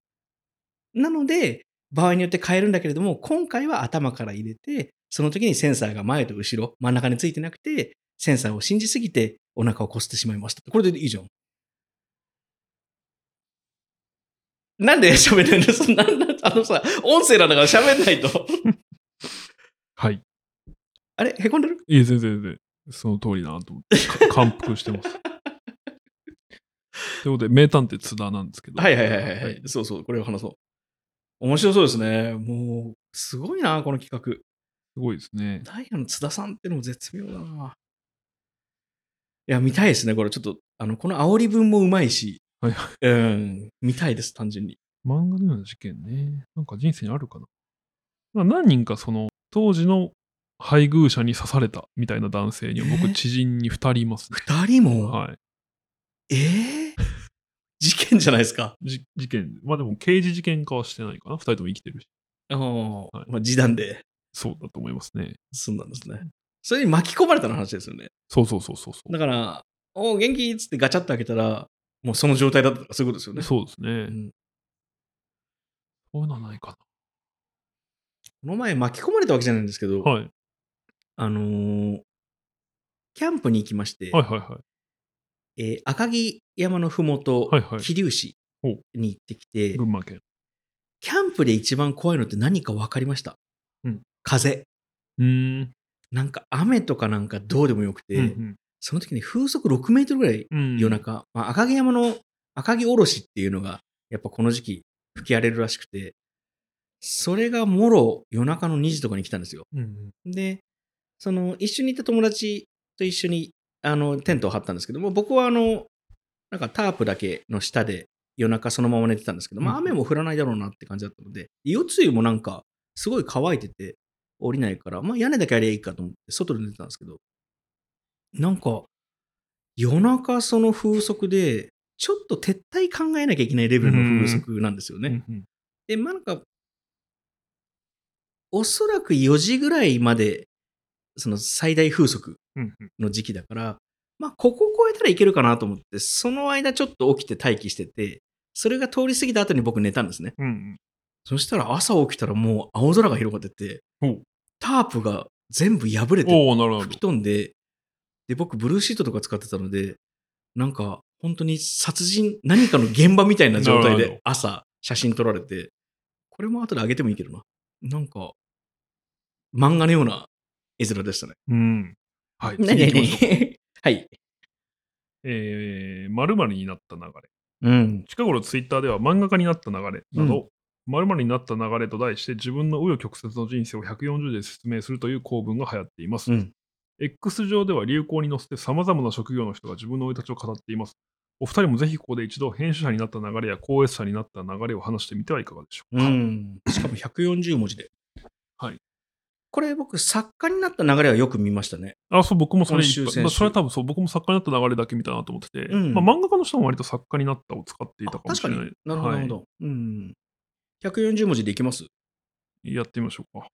A: なので場合によって変えるんだけれども今回は頭から入れてその時にセンサーが前と後ろ真ん中についてなくてセンサーを信じすぎてお腹をこすってしまいました。これでいいじゃん。なんで喋れないんだ そんななんあのさ、音声なんだから喋んないと。
B: はい。
A: あれへこんでる
B: いえ、全然全然。その通りだなと思 って、か感服してます。ということで、名探偵津田なんですけど。
A: はいはいはいはい、はい。そうそう、これを話そう。面白そうですね。もう、すごいな、この企
B: すごいですね。
A: 画。ダイヤの津田さんってのも絶妙だな。いや、見たいですね、これ。ちょっと、あの、この煽り文もうまいし。
B: はいは
A: うん、見たいです、単純に。
B: 漫画のような事件ね。なんか人生にあるかな。まあ、何人かその、当時の配偶者に刺されたみたいな男性には、
A: え
B: 僕、知人に2人いますね。
A: 二人も、
B: はい。
A: ええ事件じゃないですか。
B: じ事件。まあでも、刑事事件化はしてないかな。2人とも生きてるし。
A: あ
B: はい
A: まあ、示談で
B: そうだと思いますね。
A: 済んだんですね。それに巻き込まれたの話ですよね。
B: そうそうそうそうそう。
A: だから、おー元気っつってガチャって開けたら、もうその状態だったとか、そういうことですよね。
B: そうですね。
A: ん
B: そういうのはないか
A: この前巻き込まれたわけじゃないんですけど、
B: な。はい。
A: あのーキャンプに行きまして、
B: はいはいはい。
A: えー赤城山のふもと、
B: はいはい
A: 桐生市に行ってきて、
B: 群馬県。
A: キャンプで一番怖いのって何か分かりました。
B: うん
A: 風。
B: うーん。
A: なんか雨とかなんかどうでもよくて、
B: うん
A: その時に風速6メートルぐらい
B: うんうん
A: 夜中、まあ、赤城山の赤城おろしっていうのが、やっぱこの時期吹き荒れるらしくて、それがもろ夜中の2時とかに来たんですよ。
B: うんうん
A: で、その一緒にいた友達と一緒にあのテントを張ったんですけども、僕はあの、なんかタープだけの下で夜中そのまま寝てたんですけど、まあ
B: うん
A: 雨も降らないだろうなって感じだったので、夜露もなんかすごい乾いてて降りないから、まあ屋根だけありゃいいかと思って外で寝てたんですけど、なんか夜中その風速で、ちょっと撤退考えなきゃいけないレベルの風速なんですよね。
B: うんうん
A: で、まあなんか、おそらく4時ぐらいまで、その最大風速
B: うんうん
A: の時期だから、まあここ越えたらいけるかなと思って、その間ちょっと起きて待機してて、それが通り過ぎた後に僕寝たんですね。
B: うんうん
A: そしたら朝起きたらもう青空が広がってて
B: ほう、
A: タープが全部破れて
B: おおなるほど
A: 吹き。飛んで、で、僕、ブルーシートとか使ってたので、なんか、本当に殺人、何かの現場みたいな状態
B: なるほ
A: で
B: ど
A: 朝、写真撮られて、これも後で上げてもいいけどな。なんか、漫画のような絵面でした ね。
B: うん。はい。
A: 何
B: 次行きましょう
A: 々はい。
B: えー、〇〇になった流れ。
A: うん。
B: 近頃ツイッターでは漫画家になった流れなど、 〇〇になった流れと題して自分の紆余曲折の人生を140で説明するという構文が流行っています。
A: うん
B: X 上では流行に乗せて様々な職業の人が自分の生い立ちを語っています。お二人もぜひここで一度編集者になった流れや高越者になった流れを話してみてはいかがでしょう
A: う
B: か。
A: ん、しかも140文字で。
B: はい。
A: これ僕、作家になった流れはよく見ましたね。
B: あ、そう、僕もそれいっぱい
A: 今週先週
B: まあそれは多分そう、僕も作家になった流れだけ見たなと思ってて、
A: うん
B: まあ、漫画家の人も割と作家になったを使っていた
A: あ
B: かも
A: 確
B: し
A: か
B: れ
A: に
B: ない。。
A: なるほど、なるほど。うん。140文字でいけます
B: はいやってみましょうか。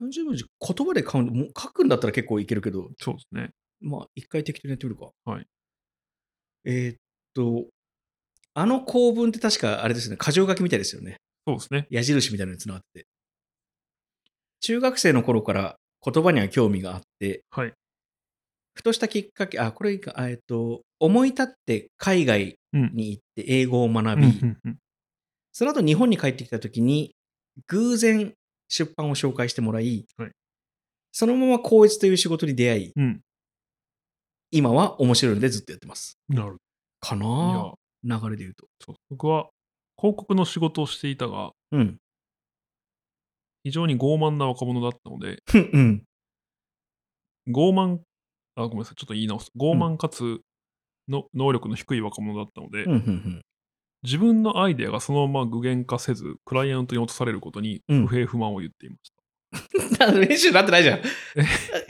A: ?140 文字、言葉で書うもう書くんだったら結構いけるけど、
B: そうですね。
A: まあ、一回適当にやってみるか。
B: はい。
A: えーっと、あの構文って確かあれですよね、箇条書きみたいですよね。
B: そうですね。
A: 矢印みたいなのにつながってて。中学生の頃から言葉には興味があって、
B: はい。
A: ふとしたきっかけ、あ、これいいか、あえっと、思い立って海外に行って英語を学び、
B: うんうんうん
A: その後日本に帰ってきた時に、偶然出版を紹介してもらい、
B: はい
A: そのまま公越という仕事に出会い、
B: うん
A: 今は面白いのでずっとやってます。
B: なる
A: か
B: ほど。いや
A: なあ流れで言うと。
B: そう僕は広告の仕事をしていたが、
A: うん。
B: 非常に傲慢な若者だったので、
A: ふんうん。
B: 傲慢、あ、ごめんなさい、ちょっと言い直す。傲慢かつの、能力の低い若者だったので、
A: うんうんうん。
B: 自分のアイデアがそのまま具現化せず、クライアントに落とされることに
A: うん
B: 不平不満を言っていまし
A: 編集になってないじゃん。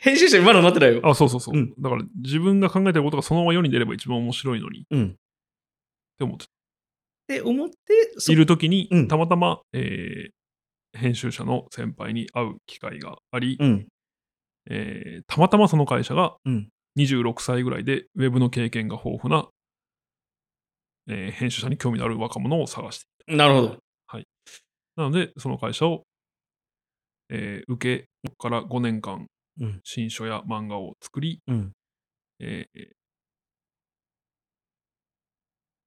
A: 編集者今のなってないよ
B: た。。あ、そうそうそう。
A: うん
B: だから自分が考えてることがそのまま世に出れば一番面白いのにっ
A: うん。って
B: 思って
A: て思って、
B: た。
A: そ
B: いる時に、
A: うん
B: たまたま、えー編集者の先輩に会う機会があり、
A: うん。
B: えーたまたまその会社が
A: うん
B: 26歳ぐらいでウェブの経験が豊富な、えー編集者に興味のある若者を探してい
A: なるほど。
B: た。なので、その会社を、えー受け、ここから5年間
A: うん、
B: 新書や漫画を作り、
A: うん。
B: えー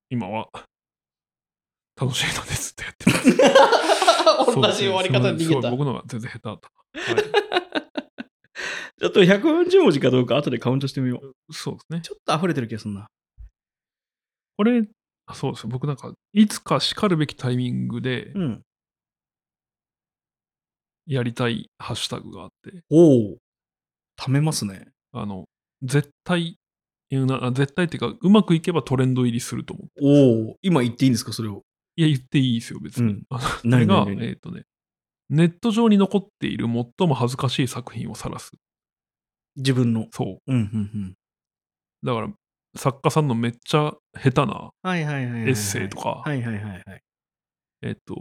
B: 今は楽しいのですってやってます。
A: 同じ終わり方に
B: そうですね
A: 逃
B: すご
A: げ
B: い
A: た。
B: 僕のが全然下手 だった。はい
A: ちょっと140文字かどうか後でカウントしてみよう。
B: そうですね。
A: ちょっと溢れてる気がするな。
B: これ、あそうです僕なんか、いつか叱るべきタイミングで
A: うん。
B: やりたいハッシュタグがあって、
A: おお。溜めますね。
B: あの、絶対、いうなあ絶対っていうか、うまくいけばトレンド入りすると思う。
A: おお。今言っていいんですか、それを。
B: いや、言っていいですよ、別に。
A: うん
B: あの
A: 何
B: それが、
A: 何何
B: えっ、とね、ネット上に残っている最も恥ずかしい作品を晒す。
A: 自分の。
B: そ
A: うん、うん、うん。
B: う。だから、作家さんのめっちゃ下手な
A: はいはいはい、
B: エッセイとか、
A: はいはいはいはい。
B: えっ、と、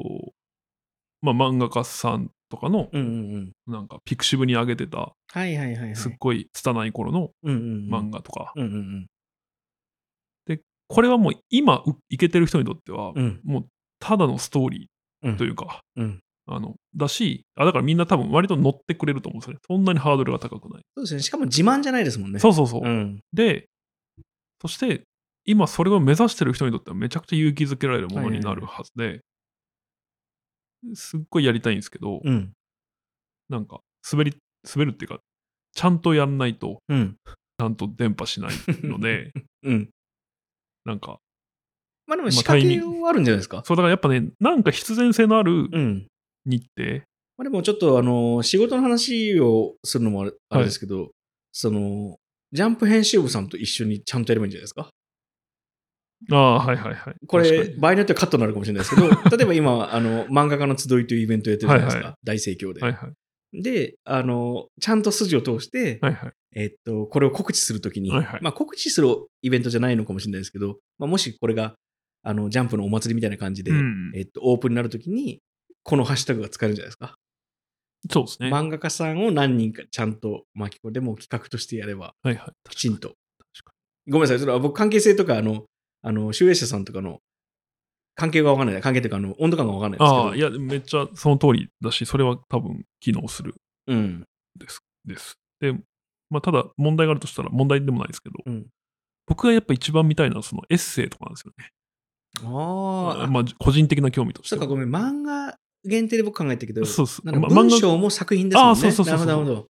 B: まあ、漫画家さんとかの、
A: うんうんうん。
B: なんか、ピクシブに上げてた、
A: はいはいはいはい。
B: すっごい拙い頃の
A: うんうんうん。
B: 漫画とか、
A: うんうん
B: これはもう今ういけてる人にとっては、
A: うん。うん
B: もうただのストーリ
A: う
B: ー
A: ん。
B: というか、
A: うん
B: あのだしあ、だからみんな多分割と乗ってくれると思うんですよね。そんなにハードルが高くない。
A: そうですね。しかも自慢じゃないですもんね。
B: そうそうそう。
A: うん。
B: で、そして今それを目指してる人にとってはめちゃくちゃ勇気づけられるものになるはずで、すっごいやりたいんですけど、
A: うん。
B: なんか滑り、滑るっていうか、ちゃんとやんないと、
A: うん。
B: ちゃんと伝播しないの で、
A: うん。
B: なんか、
A: まあで
B: まあ
A: も仕掛
B: タ
A: け
B: イミン
A: はあるんじゃないですか。
B: そうだからやっぱね、なんか必然性のある
A: うん。
B: 日程、
A: まあ、でもちょっとあの仕事の話をするのもあれあれですけど、そのジャンプ編集部さんと一緒にちゃんとやればいいんじゃないですか。
B: ああ、はいはいはい。
A: こ
B: 確か
A: れ、
B: に
A: 場合によってはカットになるかもしれないですけ ど、例えば今、あの漫画家の集いというイベントをやってるじゃないですか、
B: はいは
A: 大盛況で、
B: はいはい。
A: であの、ちゃんと筋を通して、
B: はいはい。
A: えっとこれを告知するときに、
B: はいはい
A: まあ、告知するイベントじゃないのかもしれないですけど、まあ、もしこれがあのジャンプのお祭りみたいな感じで、
B: うん
A: えっとオープンになるときに、このハッシュタグが使えるんじゃないですか。
B: そうですね。
A: 漫画家さんを何人かちゃんと巻き込んでもう企画としてやれば
B: はいはい。
A: きちんと。
B: 確か
A: ごめんなさい、それは僕関係性とかあの、あの、集英社さんとかの関係がわかんない、関係というかあの温度感がわかんないですけど。
B: ああ、いや、めっちゃその通りだし、それは多分機能する
A: うん。
B: です。で、まあ、ただ問題があるとしたら問題でもないですけど、
A: うん
B: 僕がやっぱ一番見たいのはそのエッセイとかなんですよね。
A: ああ、
B: まあ、個人的な興味とし
A: そう
B: ては
A: か、。ごめん、漫画限定で僕考えたけど、
B: そうです。
A: なんか
B: まあ
A: 文章も作品ですもんね。
B: あーそうそうそうそう
A: なるほど、なる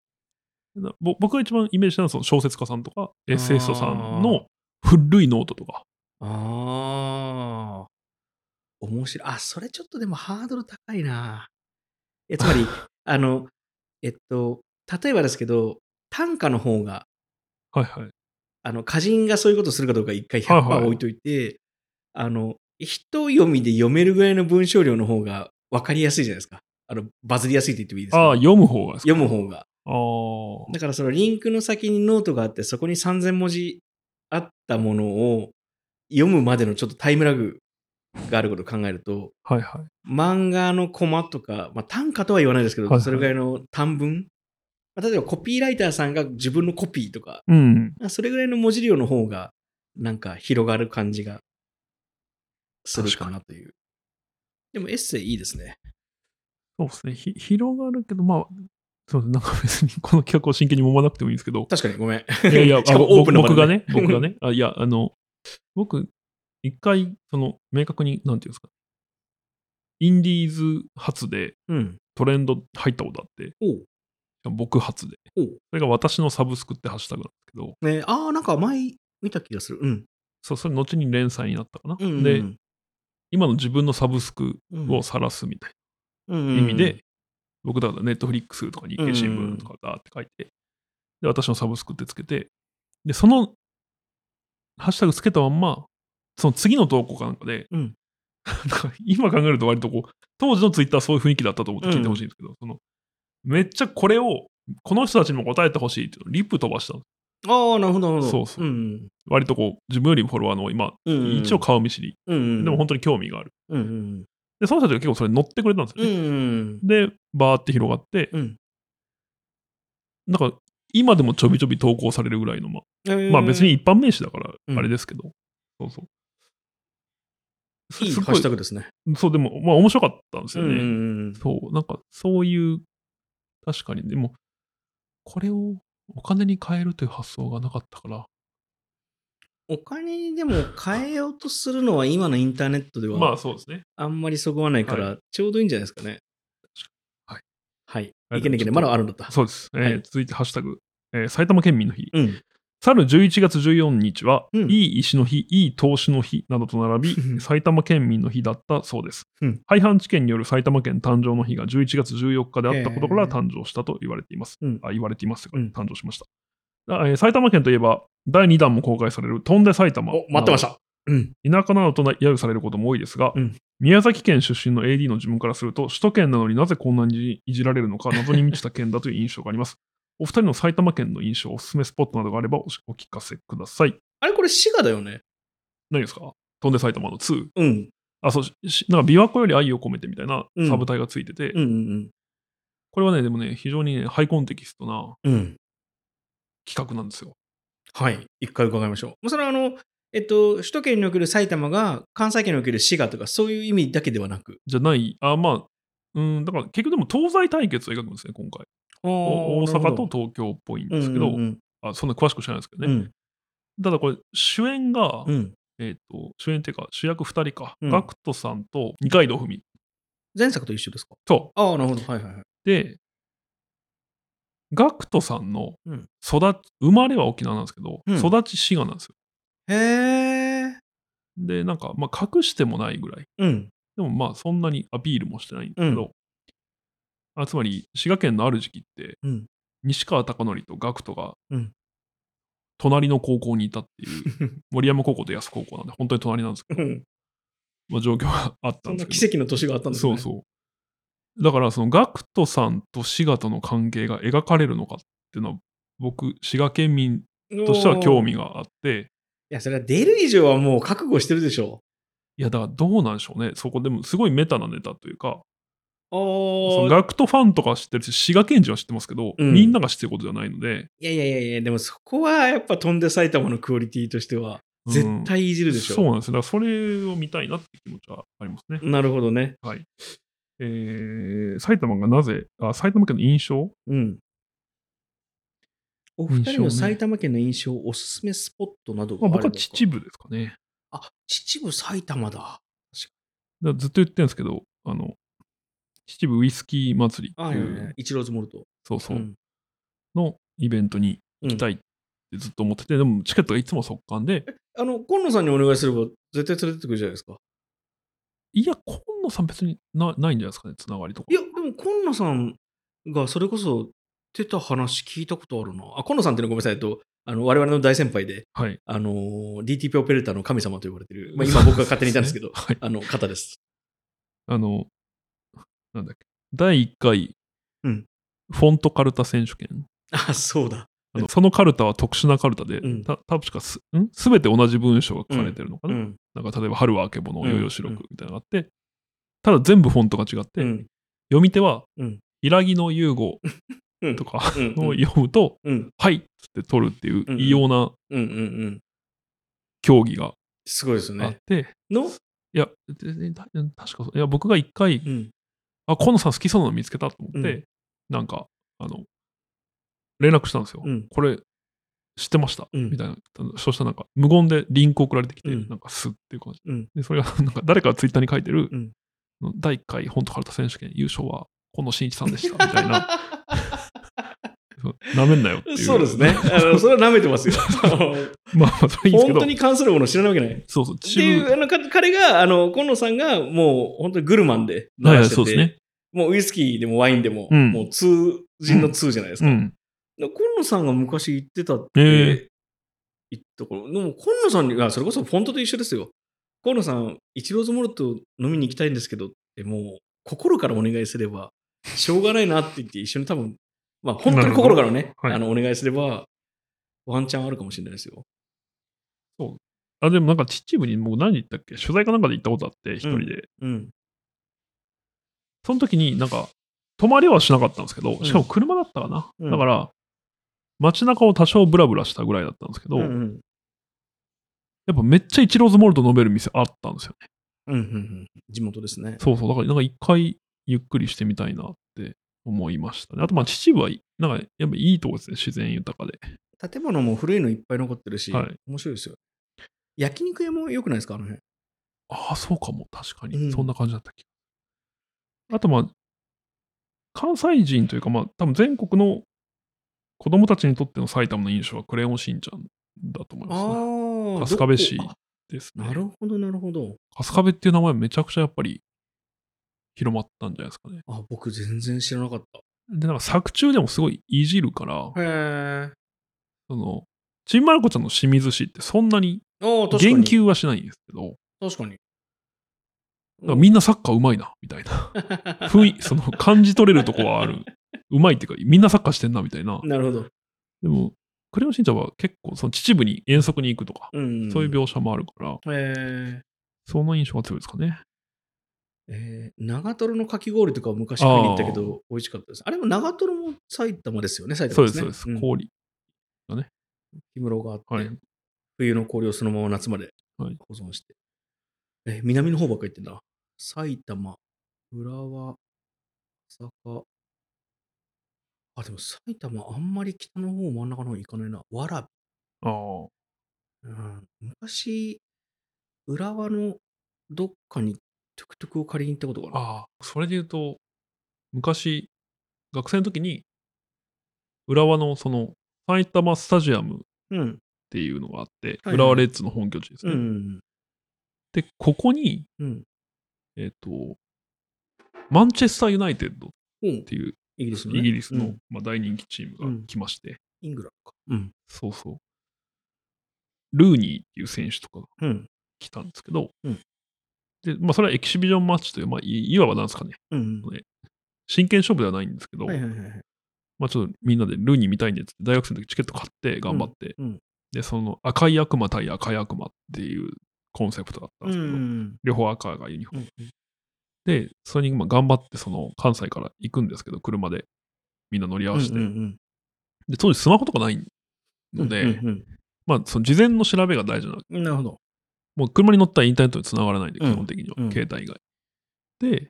A: ほ
B: なぼ僕が一番イメージしたのはその小説家さんとかエッセイストさん
A: あー
B: の古いノートとか
A: ど。ああ。面白い。あ、それちょっとでもハードル高いな。えつま り、あの、えっと、例えばですけど、単価の方が、
B: はいはい。
A: あの、歌人がそういうことするかどうか一回100%
B: はいはい
A: 置いといて、あの、一読みで読めるぐらいの文章量の方が分かりやすいじゃないですか。あの、バズりやすいって言ってもいいです
B: ああ、
A: か
B: 読む方がですか
A: 読む方が。
B: ああ。
A: だからそのリンクの先にノートがあって、そこに3000文字あったものを読むまでのちょっとタイムラグがあることを考えると、
B: はいはい。
A: 漫画のコマとか、まあ、単価とは言わないですけど、
B: はいはい
A: それぐらいの短文、まあ、例えばコピーライターさんが自分のコピーとか、
B: うん。
A: それぐらいの文字量の方が、なんか広がる感じがするかなという。でもエッセイいいですね。。
B: そうですね。ひ広がるけど、まあ、そうですね。なんか別にこの企画を真剣に揉まなくてもいいんですけど
A: 確かに、ごめん。
B: い やいや、
A: しかも
B: あぼ
A: オープンな場
B: 僕
A: で
B: がね、 僕がね。あいや、あの、僕、一回、その、明確に、なんていうんですか。インディーズ初で
A: うん。
B: トレンド入ったことあって、
A: おう
B: 僕初で。
A: お
B: そうれが私のサブスクってハッシュタグなんですけど、
A: ね、ああ、なんか前見た気がする。うん。
B: そう、それ後に連載になったかな。
A: うんうんうん
B: で、今の自分のサブスク
A: うん
B: を晒すみたい
A: うん
B: な意味で、僕だからネットフリックスとか日経新聞とかだーって書いて、で、私のサブスクってつけて、で、その、ハッシュタグつけたまんま、その次の投稿かなんかで、
A: うん
B: なんか今考えると割とこう、当時のツイッターそういう雰囲気だったと思って聞いてほしいんですけど、その、めっちゃこれを、この人たちにも答えてほしいっていうのをリプ飛ばしたの
A: ああ、なるほど、なるほど。
B: そうそう
A: うん
B: 割とこう、自分よりもフォロワーの今、
A: うんうんうん
B: 一応顔見知り、
A: うんうん、
B: でも本当に興味がある。
A: うんうん
B: で、その人たちが結構それに乗ってくれたんです
A: う
B: よね。
A: んうん
B: で、バーって広がって、
A: うん
B: なんか、今でもちょびちょび投稿されるぐらいの、まあ、
A: えー
B: まあ別に一般名詞だか
A: うん
B: ら、あれですけど、そうそう。
A: いい
B: す
A: ハ
B: ご
A: ッシュタグですね。
B: そう、でも、まあ面白かったんですよね。
A: うんうんうん
B: そう、なんか、そういう、確かに、でも、これをお金に変えるという発想がなかったから、
A: お金にでも変えようとするのは今のインターネットで
B: まあ
A: は
B: そうですね。
A: あんまりそごわないから、ちょうどいいんじゃないですかね。
B: はい。
A: はい。
B: はい
A: いけねいけね、まだあるんだった。
B: そうです。えー
A: はい
B: 続いて、ハッシュタグ、えー埼玉県民の日。
A: うん。
B: 去る11月14日は、
A: うん
B: いい石の日、いい投資の日などと並び、埼玉県民の日だったそうです。
A: うん
B: 廃藩置県による埼玉県誕生の日が11月14日であったことから
A: へー
B: 誕生したと言われています。
A: うん
B: あ言われていますが、
A: うん
B: 誕生しました、あえー埼玉県といえば、第2弾も公開される飛んで埼玉。
A: お、待ってまし。た。うん。
B: 田舎などと揶揄されることも多いですが、
A: うん
B: 宮崎県出身の AD の自分からすると、首都圏なのになぜこんなにいじられるのか、謎に満ちた県だという印象があります。 お二人の埼玉県の印象、おすすめスポットなどがあればおしお聞かせください。
A: あれ、これ滋賀だよね。
B: 何ですか飛んで埼玉の2。
A: うん。
B: あ、そう、ししなんか琵琶湖より愛を込めてみたいな
A: うん
B: サブタイがついてて、
A: うんうん
B: これはね、でもね、非常にね、ハイコンテキストな
A: うん。うん。
B: 企画なんですよ。
A: はい。一回伺いましょう。もうそれはあの、えっと、首都圏における埼玉が関西圏における滋賀とかそういう意味だけではなく。
B: じゃない、あ、まあ、うん、だから結局でも東西対決を描くんですね、今回。お大阪と東京っぽいんですけど、
A: うんうん
B: あそんな詳しく知らないですけど
A: う
B: ね。
A: んうん
B: ただこれ、主演が、
A: うん
B: えっ、と、主演っていうか、主役2人か、
A: うん
B: ガクトさんと二階堂ふみ。
A: 前作と一緒ですか
B: そ
A: ああ、なるほど。はいはいはい。
B: う。で、ガクトさんの
A: うん
B: 育ち、生まれは沖縄なんですけど、
A: うん
B: 育ち滋賀なんですよ。
A: へえ。
B: で、なんか、まあ、隠してもないぐらい。
A: うん。
B: でも、まあ、そんなにアピールもしてないんですけど、あつまり、滋賀県のある時期って、
A: うん
B: 西川貴教とガクトが、
A: うん
B: 隣の高校にいたっ ていう、森山高校と安高校なんで、本当に隣なんですけど、
A: うん
B: まあ、状況があった
A: そ
B: ん
A: ん
B: で
A: な
B: すけど。
A: 奇跡の年があったんですね。
B: そうそう。だから、その、ガクトさんと滋賀との関係が描かれるのかっていうのは、僕、滋賀県民
A: う
B: としては興
A: い
B: 味があって、
A: や、それは出る以上はもう覚悟してるでしょ。
B: いや、だからどうなんでしょうね。そこでも、すごいメタなネタというか、
A: あ
B: その
A: ー
B: ガクトファンとかは知ってるし、滋賀県人は知ってますけど、
A: うん
B: みんなが知ってることじゃないので、
A: いやいやいやいや、でもそこはやっぱ飛んで埼玉のクオリティとしては、
B: うん
A: 絶対いじるでしょ。
B: そうなんですよ。だから、それを見たいなって気持ちはありますね。
A: なるほどね。
B: えー、埼玉がなぜ、あ、埼玉県の印象
A: うん。お二人の埼玉県の印象、おすすめスポットなどが
B: ま
A: あ
B: あ、
A: れば
B: 僕は秩父ですかね。
A: あ、秩父埼玉だ。
B: だからずっと言ってるんですけど、あの、秩父ウイスキー祭り
A: あ
B: っ
A: あ、
B: て
A: い
B: い
A: や
B: う、
A: いやイチローズモルト。
B: そうそう、
A: ん
B: のイベントに行きたいってずっと思ってて、でもチケットがいつも速乾で、
A: あの、今野さんにお願いすれば絶対連れてってくるじゃないですか。
B: いや、今野さん別になないんじゃないですかね、つながりとか。
A: いや、でも、今野さんがそれこそ出た話聞いたことあるな。あ、今野さんっていうのはごめんなさい、えっと、あの我々の大先輩で、
B: はい。
A: あのー DTP オペレーターの神様と呼ばれてる、まあ、今僕が勝手にいたんですけ ど、
B: はい。
A: あの方です。
B: あの、なんだっけ、第1回、
A: うん
B: フォントカルタ選手権。
A: あ、そうだ。
B: あのそのカルタは特殊なカルタで、
A: うん
B: た確かすん全て同じ文章が書かれてるのか
A: う
B: な、
A: ん。
B: なんか例えば「春はあけぼの」
A: う
B: 「
A: ん
B: よよしろく」みたいなのがあって、ただ全部フォントが違って、
A: うん。
B: 読み手は
A: うん
B: 「ひらぎの融合
A: うん」
B: とか
A: うん。
B: のを読むと
A: うん。
B: 「はい」っつって取るっていう
A: うん
B: 異様な
A: うん。うん。うん。
B: 競技が
A: すごいですよ
B: あっ
A: ね。
B: て、
A: の、
B: いや、ででた確かそういや、僕が一回
A: う、ん。
B: あ、河野さん好きそうなの見つけたと思って、
A: うん
B: なんか、あの、連絡したんですよ。
A: うん
B: これ、知ってました、
A: うん
B: みたいな。そうしたらなんか、無言でリンク送られてきて、
A: うん
B: なんか、すっていう感じ。
A: うん
B: で、それが、なんか、誰かがツイッターに書いてる、
A: うん
B: 第1回、本当カルタ選手権優勝は、河野真一さん でした、みたいな。なめんなよっていう。
A: そうですね。。あのそれは舐めて ますよ。あの
B: まあ、まあそれいいんです
A: 本
B: けど。
A: 当に関するもの知らないわけない。っ
B: そうそう、チ
A: てい
B: ーム。
A: う、あのか彼が、あの、今野さんがもう本当にグルマンで流
B: はいはい、
A: してて、
B: そうですね。
A: もうウイスキーでもワインでも、
B: うん
A: もう通人の通じゃないです
B: う
A: か。
B: ん。
A: 今野さんが昔言ってたって、
B: ええ
A: 言った頃、でも今野さんには、それこそフォントと一緒ですよ。今野さん、一郎ズモルト飲みに行きたいんですけどって、もう心からお願いすれば、しょうがないなって言って、一緒に多分、まあ本当に心からね、
B: なるほどはい
A: あのお願いすれば、ワンチャンあるかもしれないですよ。
B: あ、でもなんか、チチームにもう何行ったっけ取材かなんかで行ったことあって、一人で。
A: うん。
B: その時になんか、泊まりはしなかったんですけど、
A: ん
B: しかも車だったかな。
A: うん
B: だから、街中を多少ブラブラしたぐらいだったんですけど、
A: うんう
B: や
A: ん
B: っぱめっちゃイチローズモルト飲める店あったんですよね。
A: うんうんうん地元ですね。
B: そうそう。だからなんか一回ゆっくりしてみたいなって思いましたね。あとまあ秩父はいい、なんかやっぱいいとこですね。自然豊かで。
A: 建物も古いのいっぱい残ってるし、
B: はい
A: 面白いですよ。焼肉屋も良くないですか、あの辺。
B: ああ、そうかも。確か
A: うん
B: に。そんな感じだったっけ。あとまあ、関西人というかまあ多分全国の子供たちにとっての埼玉の印象はクレヨンしんちゃんだと思います、ね。
A: あ
B: 春日部市
A: どこあ
B: ですね。
A: なるほど、なるほど。
B: 春日部っていう名前めちゃくちゃやっぱり広まったんじゃないですかね。
A: あ、僕全然知らなかった。
B: で、なんか作中でもすごいいじるから、
A: へえ。
B: その、ちんまる子ちゃんの清水市ってそんなに
A: ああ、確か
B: 言
A: に。
B: 及はしないんですけど、
A: 確かに。
B: なんかみんなサッカーうまいな、みたいな。 ふい、その感じ取れるとこはある。うまいっていうか、みんなサッカーしてんな、みたいな。
A: なるほど。
B: でも、クレヨンしんちゃんは結構、その秩父に遠足に行くとか、
A: うん。
B: そういう描写もあるから、
A: えー
B: その印象が強いですかね。
A: えー長瀞のかき氷とかは昔食いに行ったけど、美味しかったです。あれも長瀞も埼玉ですよね、埼
B: そう
A: 玉
B: で、
A: ですすね。
B: そうで
A: ん
B: す。氷。
A: 氷室があって、
B: はい。
A: 冬の氷をそのまま夏まで保
B: はい
A: 存して。えー南の方ばっかり行ってんだ。埼玉、浦和、朝霞。あ、でも埼玉、あんまり北の方、真ん中の方行かないな。わらび
B: ああ。
A: うん昔、浦和のどっかにトゥクトゥクを借りに行ったことがある。
B: ああ、それで言うと、昔、学生の時に、浦和のその、埼玉スタジアムっ
A: うん。
B: ていうのがあって、
A: はいはい
B: 浦和レッズの本拠地です
A: う
B: ね。
A: ん。
B: で、ここに、
A: うん。
B: えっ、と、マンチェスターユナイテッドっ
A: おう
B: ていう
A: イギリスの、ね。
B: イギリスの、
A: うん
B: まあ、大人気チームが来まして、
A: イングランドか。うん。
B: そうそう。ルーニーっていう選手とかが
A: うん。
B: 来たんですけど、
A: うん
B: で、まあ、それはエキシビジョンマッチという、まあ、いいわばなんですかね、
A: うん。
B: 真剣勝負ではないんですけど、
A: はいはいはいはい。
B: まあちょっとみんなでルーニー見たいんでっつって大学生の時チケット買って頑張って、
A: うんうん
B: で、その赤い悪魔対赤い悪魔っていうコンセプトだったん
A: う
B: ですけど、
A: ん。
B: 両方赤がユニフォーム。
A: うん
B: で、それにまあ頑張ってその関西から行くんですけど、車でみんな乗り合わせて、
A: うんうん
B: で、当時スマホとかない
A: うん
B: ので、
A: うん
B: まあその事前の調べが大事な
A: うんなるほど。
B: もう車に乗ったらインターネットに繋がらないんで、
A: うん
B: 基本的には、
A: うん
B: 携帯以外。で、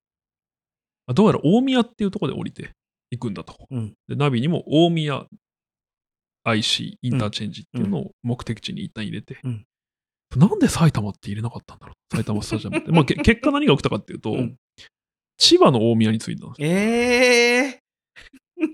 B: あどうやら大宮っていうところで降りていくんだと。
A: うん
B: で、ナビにも大宮 IC インターチェンジっていうのを目的地に一旦入れて、
A: うん
B: なんで埼玉って入れなかったんだろう、埼玉スタジアムって。ま あ、け結果何が起きたかっていうと、
A: うん
B: 千葉の大宮に着いたんですよ
A: ええ ー。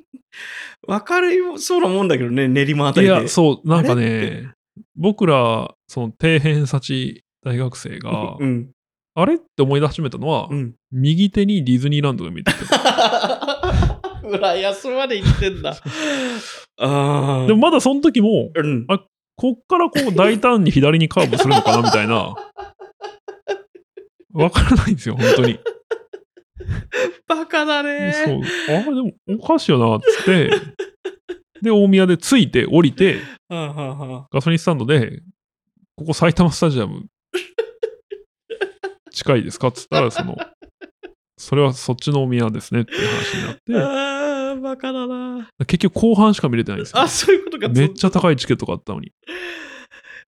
A: わかるそうなもんだけどね、練馬あた
B: い
A: りで。
B: や、そう、なんか
A: あれ
B: ね、僕ら、その底辺幸大学生が
A: う、ん。
B: あれって思い出始めたの は、
A: うん。
B: 右手にディズニーランドが見えてて
A: 裏安まで行ってんだ。 ああ。
B: でも、まだその時も
A: うん。
B: こっからこう大胆に左にカーブするのかなみた いなわからないんですよ本当に
A: バカだね。
B: そう。あれ、でも、おかしいよな、っつって。で、大宮で着いて、降りて、
A: うんうんうん
B: ガソリンスタンドで、ここ埼玉スタジアム、近いですかっつったら、その、それはそっちの大宮ですねっていう話 になっ
A: ああ、バカだな。
B: て、結局後半しか見れてないんですよ
A: あ、。そういうことか。
B: めっちゃ高いチケットがあったのに。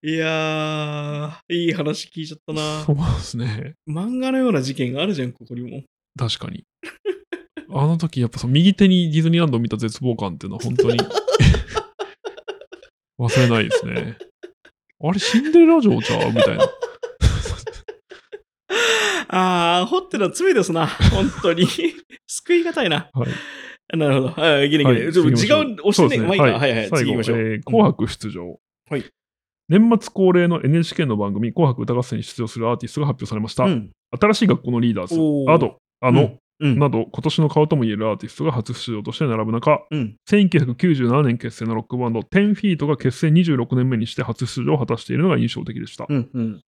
A: いやー、いい話聞いちゃったな
B: そ。うですね。
A: 漫画のような事件があるじゃん、ここにも。
B: 確かに。あの時、やっぱその右手にディズニーランドを見た絶望感っていうのは本 当に忘れないですね。あれ、シンデレラ城ちゃうみたいな。
A: あー、掘ってのは罪です な。本当に。救いがたいな。
B: はい
A: なるほど。はい、ギリギ
B: は
A: リ。
B: い
A: ちょっと
B: 次
A: 時
B: 行きましょ
A: 間
B: う
A: 押してね。まあいいか。
B: そうですね
A: はいはい。
B: 最
A: 次行き
B: 後
A: ましょう。
B: えー紅白出場、
A: はい
B: 年末恒例の NHK の番組、紅白歌合戦に出場するアーティストが発表されました。
A: うん。
B: 新しい学校のリーダーズ
A: お、ー
B: アド、あの、
A: うん。
B: など、今年の顔ともいえるアーティストが初出場として並ぶ中、
A: うん。
B: 1997年結成のロックバンド、10フィートが結成26年目にして初出場を果たしているのが印象的でした。
A: うん。うん。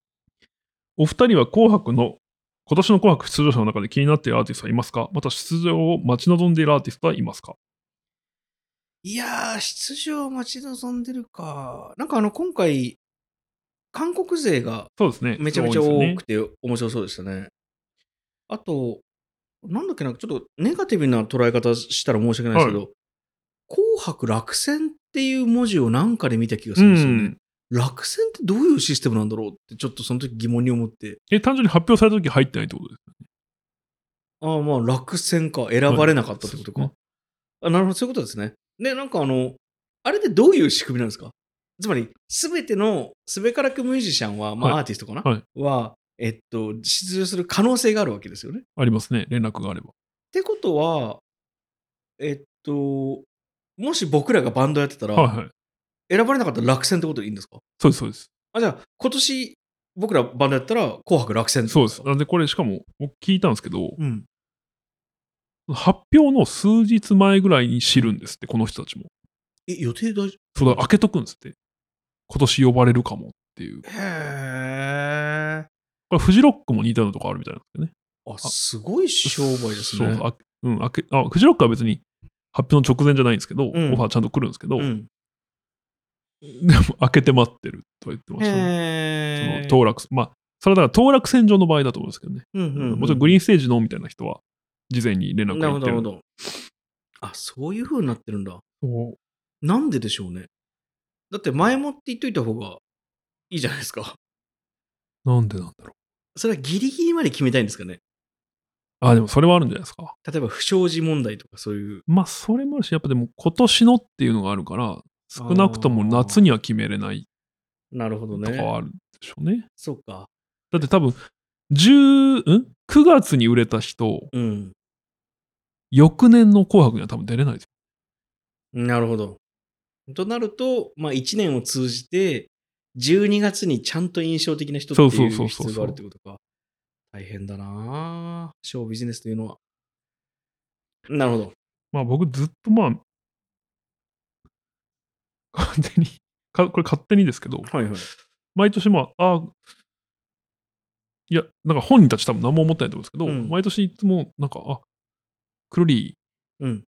B: お二人は紅白の今年の紅白出場者の中で気になっているアーティストはいますかまた出場を待ち望んでいるアーティストはいますか
A: いやー、出場を待ち望んでるか。なんかあの、今回、韓国勢が
B: そうですね。
A: めちゃめちゃ
B: すごい
A: 多
B: です
A: くて面白そうでしたね。あと、なんだっけな、ちょっとネガティブな捉え方したら申し訳ないですけど、紅白落選っていう文字をなんかで見た気がするん
B: ね
A: ですよ
B: う
A: ね。
B: ん。
A: 落選ってどういうシステムなんだろうって、ちょっとその時疑問に思って、
B: え、単純に発表された時入ってないってことです
A: ああ、まあ落選か、選ばれなかったってことか。
B: はい
A: あなるほど、そういうことですね。で、なんかあの、あれってどういう仕組みなんですかつまり、すべてのすべからくミュージシャンは、ま
B: は
A: あ
B: い
A: アーティストかな、
B: はい
A: は、えっと、出場する可能性があるわけですよね。
B: ありますね。連絡があれば。
A: ってことは、えっと、もし僕らがバンドやってたら、
B: はいはい。
A: 選ばれなかったら落選ってことでいいんですか
B: そうです、そうです。
A: あじゃあ、今年僕らバンドやったら、紅白落選って
B: そ
A: こ
B: う
A: と
B: です。なんで、これ、しかも、僕聞いたんですけど、
A: うん。
B: 発表の数日前ぐらいに知るんですって、この人たちも。
A: え、予定大丈
B: そうだ、開けとくんですって。今年呼ばれるかもっていう。
A: 夫へ
B: これ、フジロックも似たようなとこあるみたいなんですけどね。
A: ー。あ、すごい商売ですね。
B: そうあうん、開けあフジロックは別に発表の直前じゃないんですけ
A: う
B: ど、
A: ん
B: オファーちゃんと来るんですけど、
A: うん。
B: でも開けて待ってると言ってましたね、
A: へー
B: その当落、まあ、それはだから当落線上の場合だと思うんですけどね。
A: うんうんうん
B: もちろんグリーンステージのみたいな人は、事前に連絡
A: な
B: が
A: るほ
B: 行って
A: ど、なる
B: るん
A: ほ
B: で
A: ど。あ、そういう風になってるんだ。
B: そう
A: なんででしょうね。だって前もって言っといた方がいいじゃないですか。
B: なんでなんだろ
A: それはギリギリまで決めたいんですかね。
B: う。あ、でもそれはあるんじゃないですか。
A: 例えば不祥事問題とかそういう。
B: まあ、それもあるし、やっぱでも今年のっていうのがあるから、少なくとも夏には決めれない
A: なるほど
B: とかはあるでしょうね。
A: そうか。
B: だって多分、10ん9月に売れた人、
A: うん。
B: 翌年の紅白には多分出れないです。
A: なるほど。となると、まあ1年を通じて、12月にちゃんと印象的な人って
B: そう
A: い
B: そううそうそう
A: 必要があるってことか。大変だなぁショービジネスというのは。なるほど。
B: まあ僕ずっとまあ、勝手に、かこれ勝手にですけど、
A: はいはい。
B: 毎年まあ、ああいや、なんか本人たち多分何も思ってないと思うんですけど、
A: うん
B: 毎年いつもなんか、あ、クロリー
A: うん。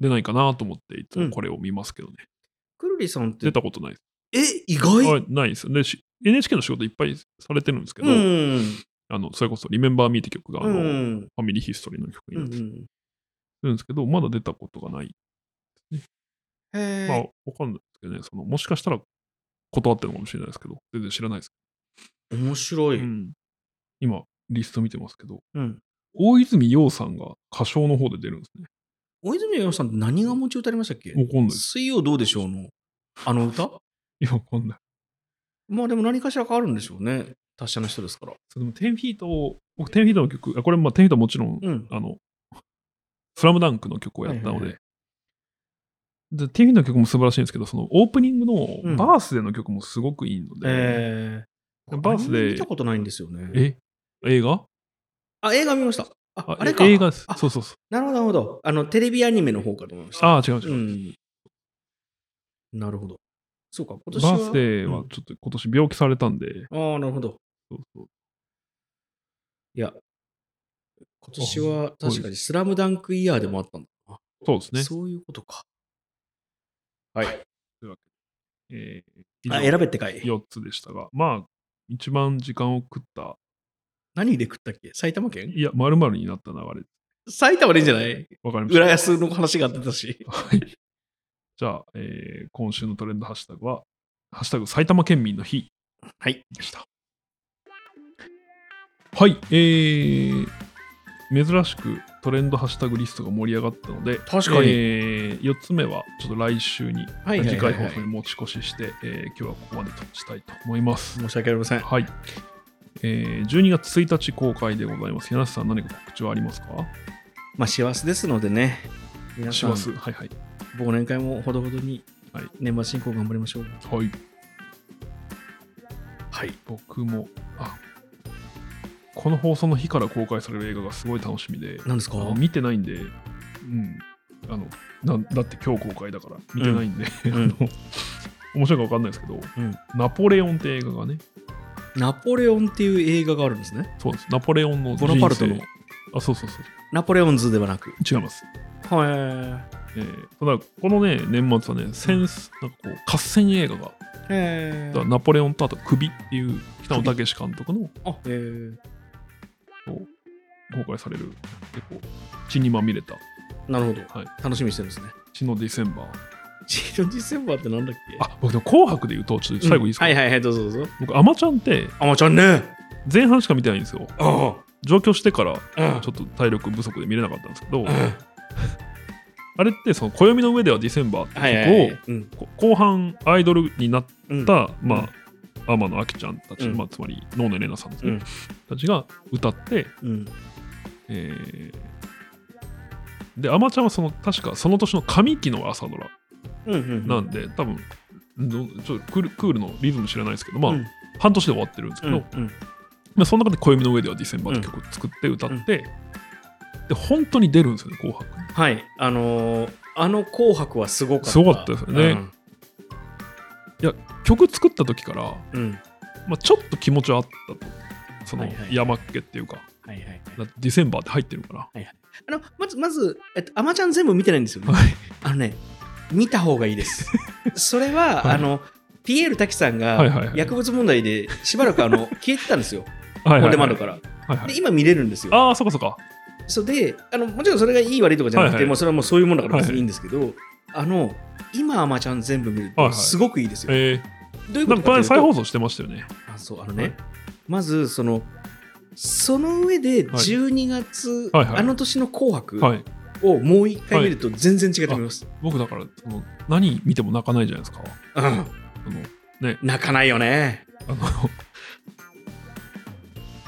B: 出ないかなと思って、いつ
A: うん
B: もこれを見ますけどね。
A: くるりさんって
B: 出、たことないです。
A: え、意外、
B: あないです。で、し NHK の仕事いっぱいされてるんですけど、
A: うん。
B: あの、それこそ、リメンバーミーって曲が、あ
A: う
B: の、フ
A: ん。
B: ァミリーヒストリーの曲に
A: う
B: なってる
A: ん。
B: んですけど、まだ出たことがない。
A: へ
B: まあ
A: え。、
B: わかんないですけどね、その、もしかしたら断ってるのかもしれないですけど、全然知らないです
A: 面白
B: け
A: い。
B: ど、
A: うん。
B: 今、リスト見てますけど、大泉洋さんが歌唱の方で出るんですね。
A: 大泉洋さんって何が持ち歌ありましたっけ
B: わかんないです。
A: 水曜どうでしょうの、あの歌
B: いや、わかんない。
A: まあでも何かしら変わるんでしょうね。達者な人ですから。
B: そうでも、10フィートを、僕、10フィートの曲、あこれ、まあ、10フィートはもちろん、
A: うん。
B: あの、スラムダンクの曲をやったの
A: はいはい
B: で、で、10フィートの曲も素晴らしいんですけど、その、オープニング
A: う
B: の
A: ん
B: バースデーの曲もすごくいいので、
A: え
B: バースデ
A: 見た
B: ー、
A: ことないんですよね。
B: え映画
A: あ、映画見ました。あ、あれか。
B: 映画です
A: あ
B: そうそうそう。
A: なるほど、なるほど。あの、テレビアニメの方かと思いました。
B: ああ、違う違う
A: う。ん。なるほど。そうか、今年は。
B: バースデーはちょっと今年病気されたんで、
A: うんああ、なるほど。
B: そうそう
A: いや、今年は確かにスラムダンクイヤーでもあったんだな。
B: そうですね。
A: そういうことか。
B: え
A: あ、
B: ー、
A: 選べってかい。
B: 4つでしたが、まあ、一番時間を食った、
A: 何で食ったっけ埼玉県
B: いや、まるまるになった流れ。
A: 埼玉でいいんじゃない
B: わかりました。
A: 浦安の話があってたし。
B: はい。じゃあ、えー今週のトレンドハッシュタグは、ハッシュタグ埼玉県民の日
A: はい。
B: でした。はい、えー、珍しくトレンドハッシュタグリストが盛り上がったので、
A: 確かに
B: え4つ目は、ちょっと来週
A: は
B: に、
A: いはいはいはい
B: 次回放送に持ち越しして、えー今日はここまでとしたいと思います。
A: 申し訳ありません。
B: はい。えー、12月1日公開でございます。柳瀬さん、何か告知はありますか
A: まあ、幸せですのでね。皆
B: し
A: さん、
B: ます。はいはい。
A: 忘年会もほどほどに
B: はい
A: 年末進行頑張りましょう。
B: はい。
A: はい。
B: 僕もあこの放送の日から公開される映画がすごい楽しみで
A: 何ですか
B: あの見てないんで、うん、あのなんだって今日公開だから見てないんで、
A: ん
B: あの面白いか分かんないですけど、
A: ん
B: ナポレオンって映画がね
A: ナポレオンっていう映画があるんですね。
B: そうですナポレオンの人
A: ボ
B: 生
A: ナパルトの
B: あそうそうそう
A: ナポレオンズではなく。
B: 違います、
A: は
B: えーただこのね年末はねセンスなんかこう合戦映画が、
A: い。へ
B: だからナポレオンとあと首っていう北野武監督の
A: あ、へー
B: こう公開される結構血にまみれた
A: なるほど。
B: はい
A: 楽しみにしてるんです ね。
B: 血のディセンバー
A: チートディセンバーってなんだっけ
B: あ僕でも紅白で言うとちょっと最後いいですか、
A: はいはいはい、どうぞどうぞ。
B: 僕アマちゃんって
A: あまちゃんね。
B: 前半しか見てないんですよ
A: あ
B: 上京してから
A: あ。
B: ちょっと体力不足で見れなかったんですけど、
A: うん
B: あれってその暦の上ではディセンバーって
A: はいはいはい
B: 曲を、
A: うん
B: こ後半アイドルになっ
A: うん
B: た、まあ天野あきちゃんたち、
A: うん
B: まあ、つまり能野玲奈さんですね、
A: うん
B: たちが歌って、
A: うん
B: えーでアマちゃんはその確かその年の上期の朝ドラ
A: うんうん
B: なんで、多分どちょっとクールクールのリズム知らないですけどまあ、
A: うん
B: 半年で終わってるんですけ
A: う
B: ど、
A: んうん
B: まあ、その中で「暦の上ではディセンバー」って曲を作って歌って、で本当に出るんですよね「紅白」
A: はいあのーあの紅白はすごかった
B: すごかったですよね曲作った時から、
A: うんうん
B: まあ、ちょっと気持ちはあったとその
A: はいはい
B: 山っ気っていうか、
A: はいはいはい
B: だってディセンバーって入ってるから
A: あのまずまずえっとアマちゃん全部見てないんですよね
B: はい
A: あのね見た方がいいです それは、
B: はい
A: あのピエール滝さん
B: はいはい
A: が
B: はい
A: 薬物問題でしばらくあ の消えてたんですよ、
B: はい
A: コン
B: はい
A: デマ
B: は
A: ンド
B: い
A: から。
B: はいはい
A: で、今見れるんですよ。
B: ああそうかそうか
A: そうであのもちろんそれがいい悪いとかじゃなくて、
B: はいはい
A: もうそれはもうそういうものだから別
B: は
A: に
B: い
A: いい
B: はい
A: んですけど、あの今アマちゃん全部見る
B: はい
A: と
B: はい
A: すごくいいですよ。
B: え
A: どういう
B: ー、
A: ことか
B: なんか
A: と
B: この
A: い
B: 間
A: うと
B: 再放送してましたよね
A: あそうあのね、
B: はい
A: まずそのその上で
B: はい
A: 12月、
B: はいはい
A: あの年の「紅白
B: は」い
A: をもう一回見ると全然違ってみます。
B: 僕だからその何見ても泣かないじゃないですか
A: うん
B: あの
A: 泣かないよね。
B: あの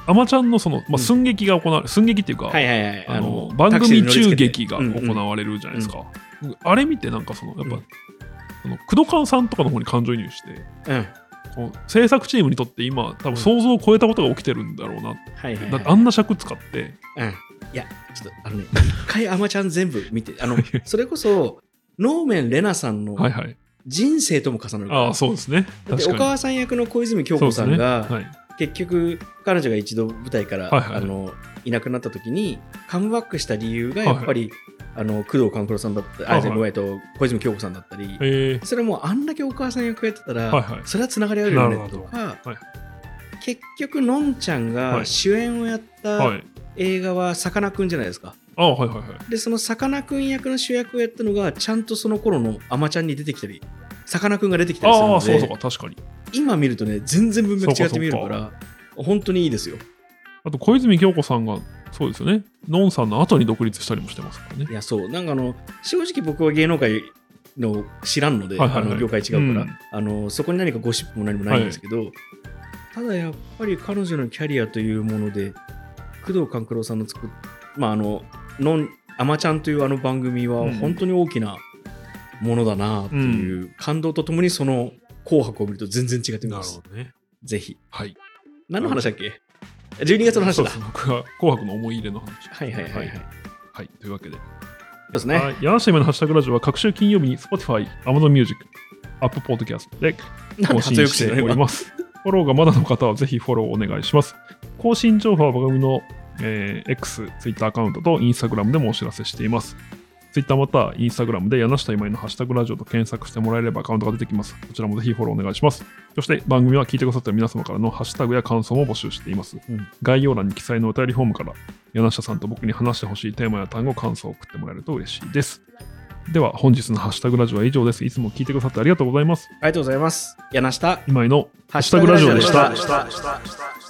B: アマちゃんのその、まあ、寸劇が行われ、寸劇っていうか、
A: はいはいはい。
B: あの
A: タ
B: 番
A: クシー
B: 組
A: に乗りつ
B: 中
A: けて
B: 劇が行
A: うんうん
B: われるじゃないですか、僕あれ見てなんかそのやっぱ、その工藤勘さんとかの方に感情移入して
A: うん
B: この制作チームにとって今多分想像を超えたことが起きてるんだろうなって、
A: はいはい
B: だ
A: は
B: っ
A: い
B: てあんな尺使って
A: うんいや、ちょっとあのね、一回アマちゃん全部見て、あのそれこそ、能面玲奈さんの
B: はいはい
A: 人生とも重なるから、
B: ああそうですね
A: だって
B: 確
A: お
B: か
A: 母さん役の小泉
B: に
A: 京子さんが、
B: そうですね
A: 結局彼女が一度舞台から、
B: はいはいはい
A: あのいなくなった時にカムバックした理由がやっぱり、あの工藤官九郎さんだったり、
B: はいはい
A: あじゃあごめんえっと小泉京子さんだったり、
B: はい、え
A: それはもうあんだけお母さん役やってたら、
B: はいはい
A: それはつながりあるよ
B: な
A: ね
B: るほ
A: と
B: ど
A: か、
B: はい
A: 結局のんちゃん
B: は
A: が
B: い
A: 主演をやっ
B: ー、は
A: た
B: い
A: 映画はさかなクンじゃないですか。
B: ああはいはいはい
A: でそのさかなクン役の主役をやったのがちゃんとその頃のあまちゃんに出てきたりさかなクンが出てきたりするの
B: あ
A: で
B: あそうそうか確かに
A: 今見るとね全然文脈違って見えるか
B: そ
A: ら本当にいいですよ
B: あと小泉京子さんがそうですよねのんさんの後に独立したりもしてますからね
A: いやそうなんかあの正直僕は芸能界の知らんので、
B: はいはいはい
A: あの業界違うから、
B: うん
A: あのそこに何かゴシップも何もないんですけど、ただやっぱり彼女のキャリアというもので工藤官九郎さんの作っまああの「のんあまちゃん」というあの番組は
B: うん
A: 本当に大きなものだなっていう、感動とともにその「紅白」を見ると全然違ってみます。
B: どね
A: ぜひ
B: はい
A: 何の話だっけ ?12 月の話
B: そ
A: だ。
B: うです僕は紅白の思い入れの話。
A: はいはいはいはい。そ
B: はい、というわけで。
A: うですね。
B: はい柳下夢のハッシュタグラジオは各週金曜日に Spotify、Amazon Music、Apple Podcast で
A: なん
B: 更
A: で
B: 新
A: 発欲
B: し
A: して
B: てお
A: る
B: り
A: の
B: ます。フォローがまだの方はぜひフォローお願いします。更新情報は番組の、えー X、Twitter アカウントと Instagram でもお知らせしています。Twitter または Instagram で柳下今井のハッシュタグラジオと検索してもらえればアカウントが出てきます。こちらもぜひフォローお願いします。そして番組は聞いてくださった皆様からのハッシュタグや感想も募集しています。
A: うん
B: 概要欄に記載のお便りフォームから柳下さんと僕に話してほしいテーマや単語、感想を送ってもらえると嬉しいです。では本日のハッシュタグラジオは以上です。いつも聞いてくださってありがとうございます。
A: ありがとうございます。柳下、
B: 今井の
A: ハ
B: ッシュタグラジオでした
A: した。